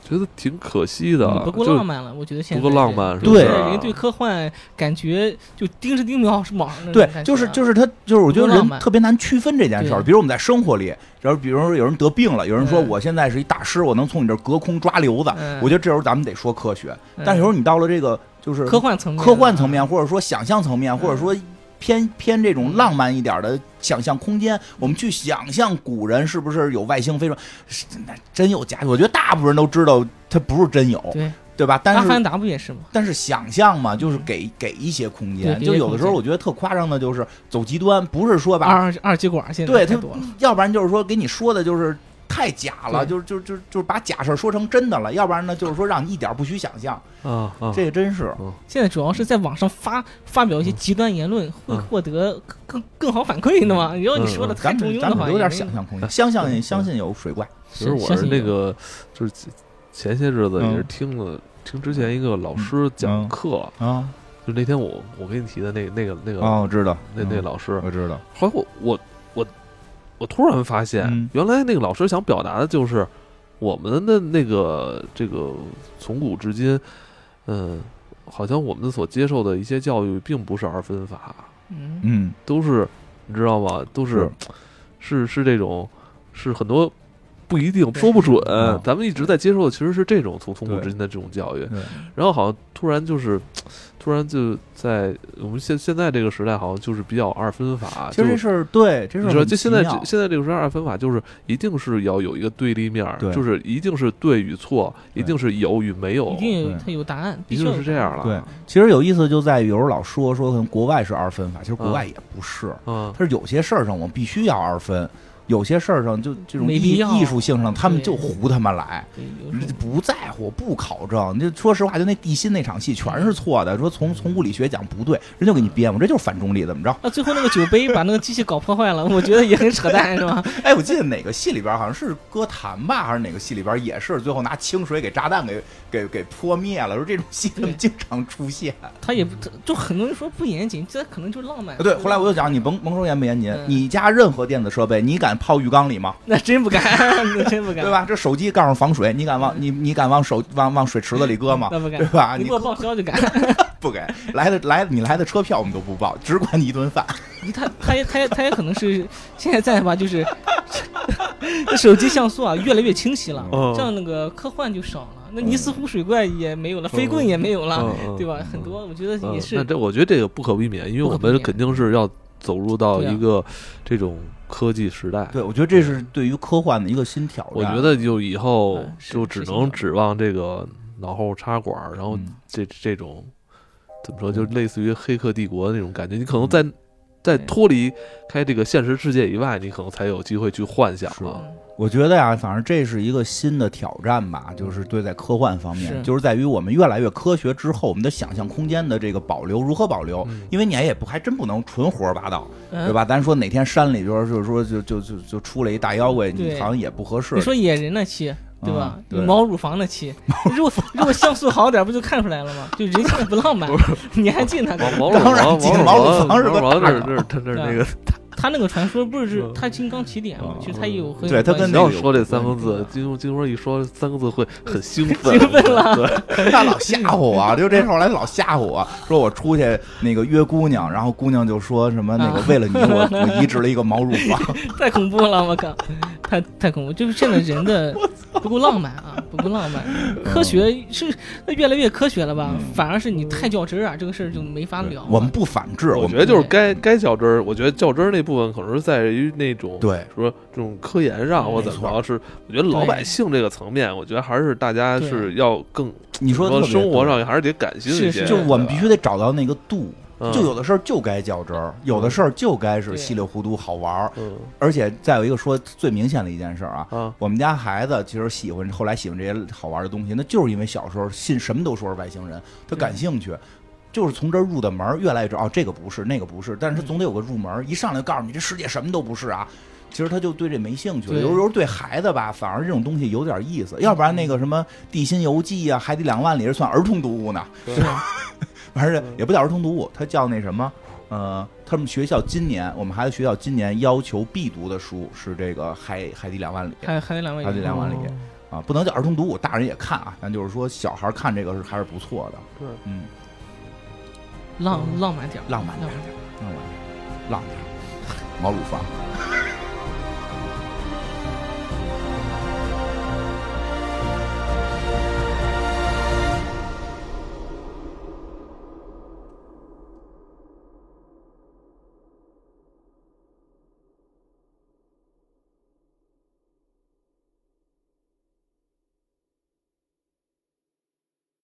S1: 觉得挺可惜的，
S2: 啊
S4: 嗯不够
S1: 就
S4: 浪漫了，我觉得现在
S1: 不够浪漫
S4: 是
S1: 是
S2: 不是
S4: 对人对科幻感觉就盯着盯着往往那种
S2: 对
S4: 感觉，啊了
S2: 就是就是他就是我觉得
S4: 多浪
S2: 人
S4: 漫
S2: 特别难区分这件事儿。
S4: 对
S2: 比如我们在生活里，然后比如说有人得病了，有人说
S4: 嗯
S2: 我现在是一大师，我能从你这儿隔空抓瘤子，
S4: 嗯
S2: 我觉得这时候咱们得说科学。
S4: 嗯
S2: 但是有时候你到了这个就是
S4: 科幻层面，啊嗯
S2: 科幻层面，或者说想象层面，或者说。偏偏这种浪漫一点的想象空间，我们去想象古人是不是有外星飞船，是那真有假有？我觉得大部分人都知道它不是真有，
S4: 对，
S2: 对吧？但
S4: 阿
S2: 是
S4: 凡达不也是吗？
S2: 但是想象嘛，就是给给一些空
S4: 对
S2: 间，
S4: 给一些
S2: 就有的时候
S4: 空间
S2: 我觉得特夸张的，就是走极端，不是说把
S4: 二二极管现在
S2: 对
S4: 太
S2: 他
S4: 多了。，
S2: 要不然就是说给你说的就是太假了，
S4: 对
S2: 就是就就就是把假事儿说成真的了，要不然呢就是说让你一点儿不许想象，
S1: 啊啊！
S2: 这个真是。
S4: 现在主要是在网上发发表一些极端言论，会
S1: 嗯
S4: 获得更更更好反馈的嘛。你要你说的太
S2: 嗯咱
S4: 中
S2: 们
S4: 庸
S2: 咱
S4: 的
S2: 们
S4: 话，
S2: 留点
S4: 也没
S2: 想象空
S1: 哎
S2: 间，相
S1: 对
S2: 信相信有水怪，
S1: 其实我
S4: 相
S1: 是
S4: 信
S1: 那
S4: 有
S1: 个，就是前前些日子也是
S2: 嗯
S1: 听了、听之前一个老师讲
S2: 嗯
S1: 课，
S2: 啊
S1: 就那天我我给你提的那那个那个、
S2: 啊，我知道，
S1: 那那
S2: 嗯
S1: 老师，
S2: 我知道，
S1: 后来我我我我突然发现，
S2: 嗯
S1: 原来那个老师想表达的就是我们的那个这个从古至今，嗯，好像我们所接受的一些教育并不是二分法，
S4: 嗯，
S2: 嗯，
S1: 都是你知道吗？都是是是这种是很多。不一定
S4: 对
S1: 说不准
S2: 嗯，
S1: 咱们一直在接受的其实是这种从从古
S2: 对
S1: 至今的这种教育
S2: 对，
S1: 然后好像突然就是，突然就在我们现现在这个时代，好像就是比较二分法，啊就
S2: 其实这事儿对，这事
S1: 你
S2: 儿
S1: 说，
S2: 很
S1: 就
S2: 奇
S1: 现在
S2: 妙
S1: 这现在这个时代二分法，就是一定是要有一个对立面儿，
S2: 对
S1: 就是一定是对与错，
S2: 对
S1: 一定是有与没有，
S4: 一定有
S2: 对
S4: 它有答案，必
S1: 一
S4: 须
S1: 定
S4: 要
S1: 是
S4: 有
S1: 这样了。
S2: 对，其实有意思就在于有人老说说可能国外是二分法，其实国外也不是，
S1: 嗯，
S2: 它是有些事儿上我必须要二分，有些事儿上就这种
S4: 没
S2: 艺
S4: 必要
S2: 艺术性上他们
S4: 对
S2: 就胡他妈来。
S4: 对，有时候
S2: 不在乎，不考证。就说实话，就那地心那场戏全是错的。说从从物理学讲不对，人就给你编嘛，这就是反重力，怎么着？ *laughs*
S4: 啊，最后那个酒杯把那个机器搞破坏了，我觉得也很扯淡，是吧？
S2: 哎，我记得哪个戏里边好像是歌坛吧，还是哪个戏里边也是最后拿清水给炸弹给给给泼灭了。说这种戏他们
S4: 对
S2: 经常出现。
S4: 他也不，他就很多人说不严谨，这可能就是浪漫。
S2: 嗯啊对，后来我就讲，你甭甭说严不严谨，
S4: 嗯
S2: 你家任何电子设备，你敢泡浴缸里吗？
S4: 那真不敢，那真不敢，
S2: 对？吧？这手机告诉防水，你敢往你你敢往手往往水池子里搁吗？
S4: 那不敢
S2: 对吧？
S4: 你
S2: 你
S4: 给我报销就敢。
S2: 不给来的来你来的车票我们都不报，只管你一顿饭。
S4: 他他也他也他也可能是现在吧，就是 *laughs* 这手机像素啊越来越清晰
S2: 哦
S4: 了，
S1: 嗯
S4: 这样那个科幻就少了，那尼斯
S2: 嗯
S4: 湖水怪也没有了，飞棍也没有了，对吧？很多我觉得
S1: 嗯
S4: 也
S1: 那
S4: 是
S1: 这我觉得这个不可避免，因为
S4: 不
S1: 我
S4: 可避
S1: 们
S4: 免
S1: 肯定是要走入到
S4: 对啊
S1: 一个这种科技时代。
S2: 对，我觉得这是对于科幻的一个新挑战。嗯
S1: 我觉得就以后
S4: 嗯是
S1: 就只
S4: 是
S1: 能
S4: 的
S1: 指望这个脑后插管儿，然后
S2: 嗯
S1: 这这种怎么说，
S4: 嗯
S1: 就类似于《黑客帝国》那种感觉。你可
S2: 嗯
S1: 能在在脱离开这个现实世界以外，你可能才有机会去幻想啊
S2: 是
S1: 了。
S2: 我觉得呀、反正这是一个新的挑战吧，就是对在科幻方面，
S4: 是
S2: 就是在于我们越来越科学之后，我们的想象空间的这个保留如何保留？
S1: 嗯
S2: 因为你也不还真不能纯胡说八道，
S4: 嗯
S2: 对吧？咱说哪天山里边儿就是说就就就就出了一大妖怪，你
S4: 对
S2: 好像也不合适
S4: 你。说野人那期。对吧
S2: 嗯？
S4: 你
S2: 对
S4: 毛乳房
S2: *laughs*
S4: 那期，如果如果像素好点，不就看出来了吗？就人性的不浪漫， *laughs* 你还记得他？
S1: 王王
S2: 当然
S1: 王
S2: 记
S1: 王
S2: 得
S1: 王
S2: 王鲁
S1: 王
S2: 房是个
S1: 王
S2: 大
S1: 这这这这那
S4: 对啊
S1: 个，
S4: 他那个传说不是
S1: 嗯
S4: 他金刚起点嘛
S2: 嗯？
S4: 其实他也有很
S2: 对
S4: 有
S2: 他
S4: 关
S2: 跟
S1: 不
S4: 系
S1: 要
S2: 那个有
S1: 说这
S2: 关
S1: 三个
S4: 系
S1: 字
S4: 吧，
S1: 金金花一说三个字会很兴奋，
S4: 兴奋了
S1: 对，
S2: 他老吓唬我，就这后来老吓唬我，说我出去那个约姑娘，然后姑娘就说什么那个
S4: 啊
S2: 为了你我我移植了一个毛乳
S4: *laughs*
S2: 房，
S4: *laughs* 太恐怖了，我靠，太太恐怖！就是现在人
S2: *laughs*
S4: 的不够浪漫啊，不够浪漫。
S2: 嗯
S4: 科学是越来越科学了吧？反而是你太较真儿啊，这个事儿就没法聊了。
S2: 我们不反制，
S1: 我
S2: 我
S1: 觉
S2: 们
S1: 得就是
S4: 对
S1: 该该较真儿。我觉得较真儿那部分可能是在于那种
S2: 对
S1: 说这种科研上或
S2: 没
S1: 怎么
S2: 错
S1: 着，是我觉得老
S4: 对
S1: 百姓这个层面，我觉得还是大家
S4: 对
S1: 是要更
S2: 你说
S1: 说
S2: 特别
S1: 生活
S2: 对
S1: 上还是得感性一
S4: 是
S1: 些，
S4: 是
S2: 就
S1: 对
S2: 我们
S1: 吧
S2: 必须得找到那个度，
S1: 嗯
S2: 就有的事儿就该较真儿，有的事儿就该是
S4: 对
S2: 稀里糊涂好玩儿。
S1: 嗯
S2: 而且再有一个说最明显的一件事儿啊，
S1: 啊
S2: 我们家孩子其实喜欢，后来喜欢这些好玩的东西，那就是因为小时候信什么都说是外星人，他感兴趣。就是从这儿入的门儿，越来越知道哦，这个不是，那个不是，但是他总得有个入门儿。一上来就告诉你这世界什么都不是啊，其实他就对这没兴趣了。
S4: 对
S2: 有时候对孩子吧，反而这种东西有点意思。要不然那个什么《地心游记》啊，《海底两万里》是算儿童读物呢，
S1: 对
S4: 是吧？
S2: 反正也不叫儿童读物，它叫那什么，呃，他们学校今年我们孩子学校今年要求必读的书是这个《海海底两万里》
S4: 还还有两位，
S2: 还有两万里
S1: 哦
S2: 啊，不能叫儿童读物，大人也看啊，但就是说小孩看这个是还是不错的，
S1: 对，
S2: 嗯，
S4: 浪浪漫点儿，
S2: 浪漫
S4: 浪
S2: 点
S4: 漫点儿。
S2: 浪漫点，浪点，毛乳房。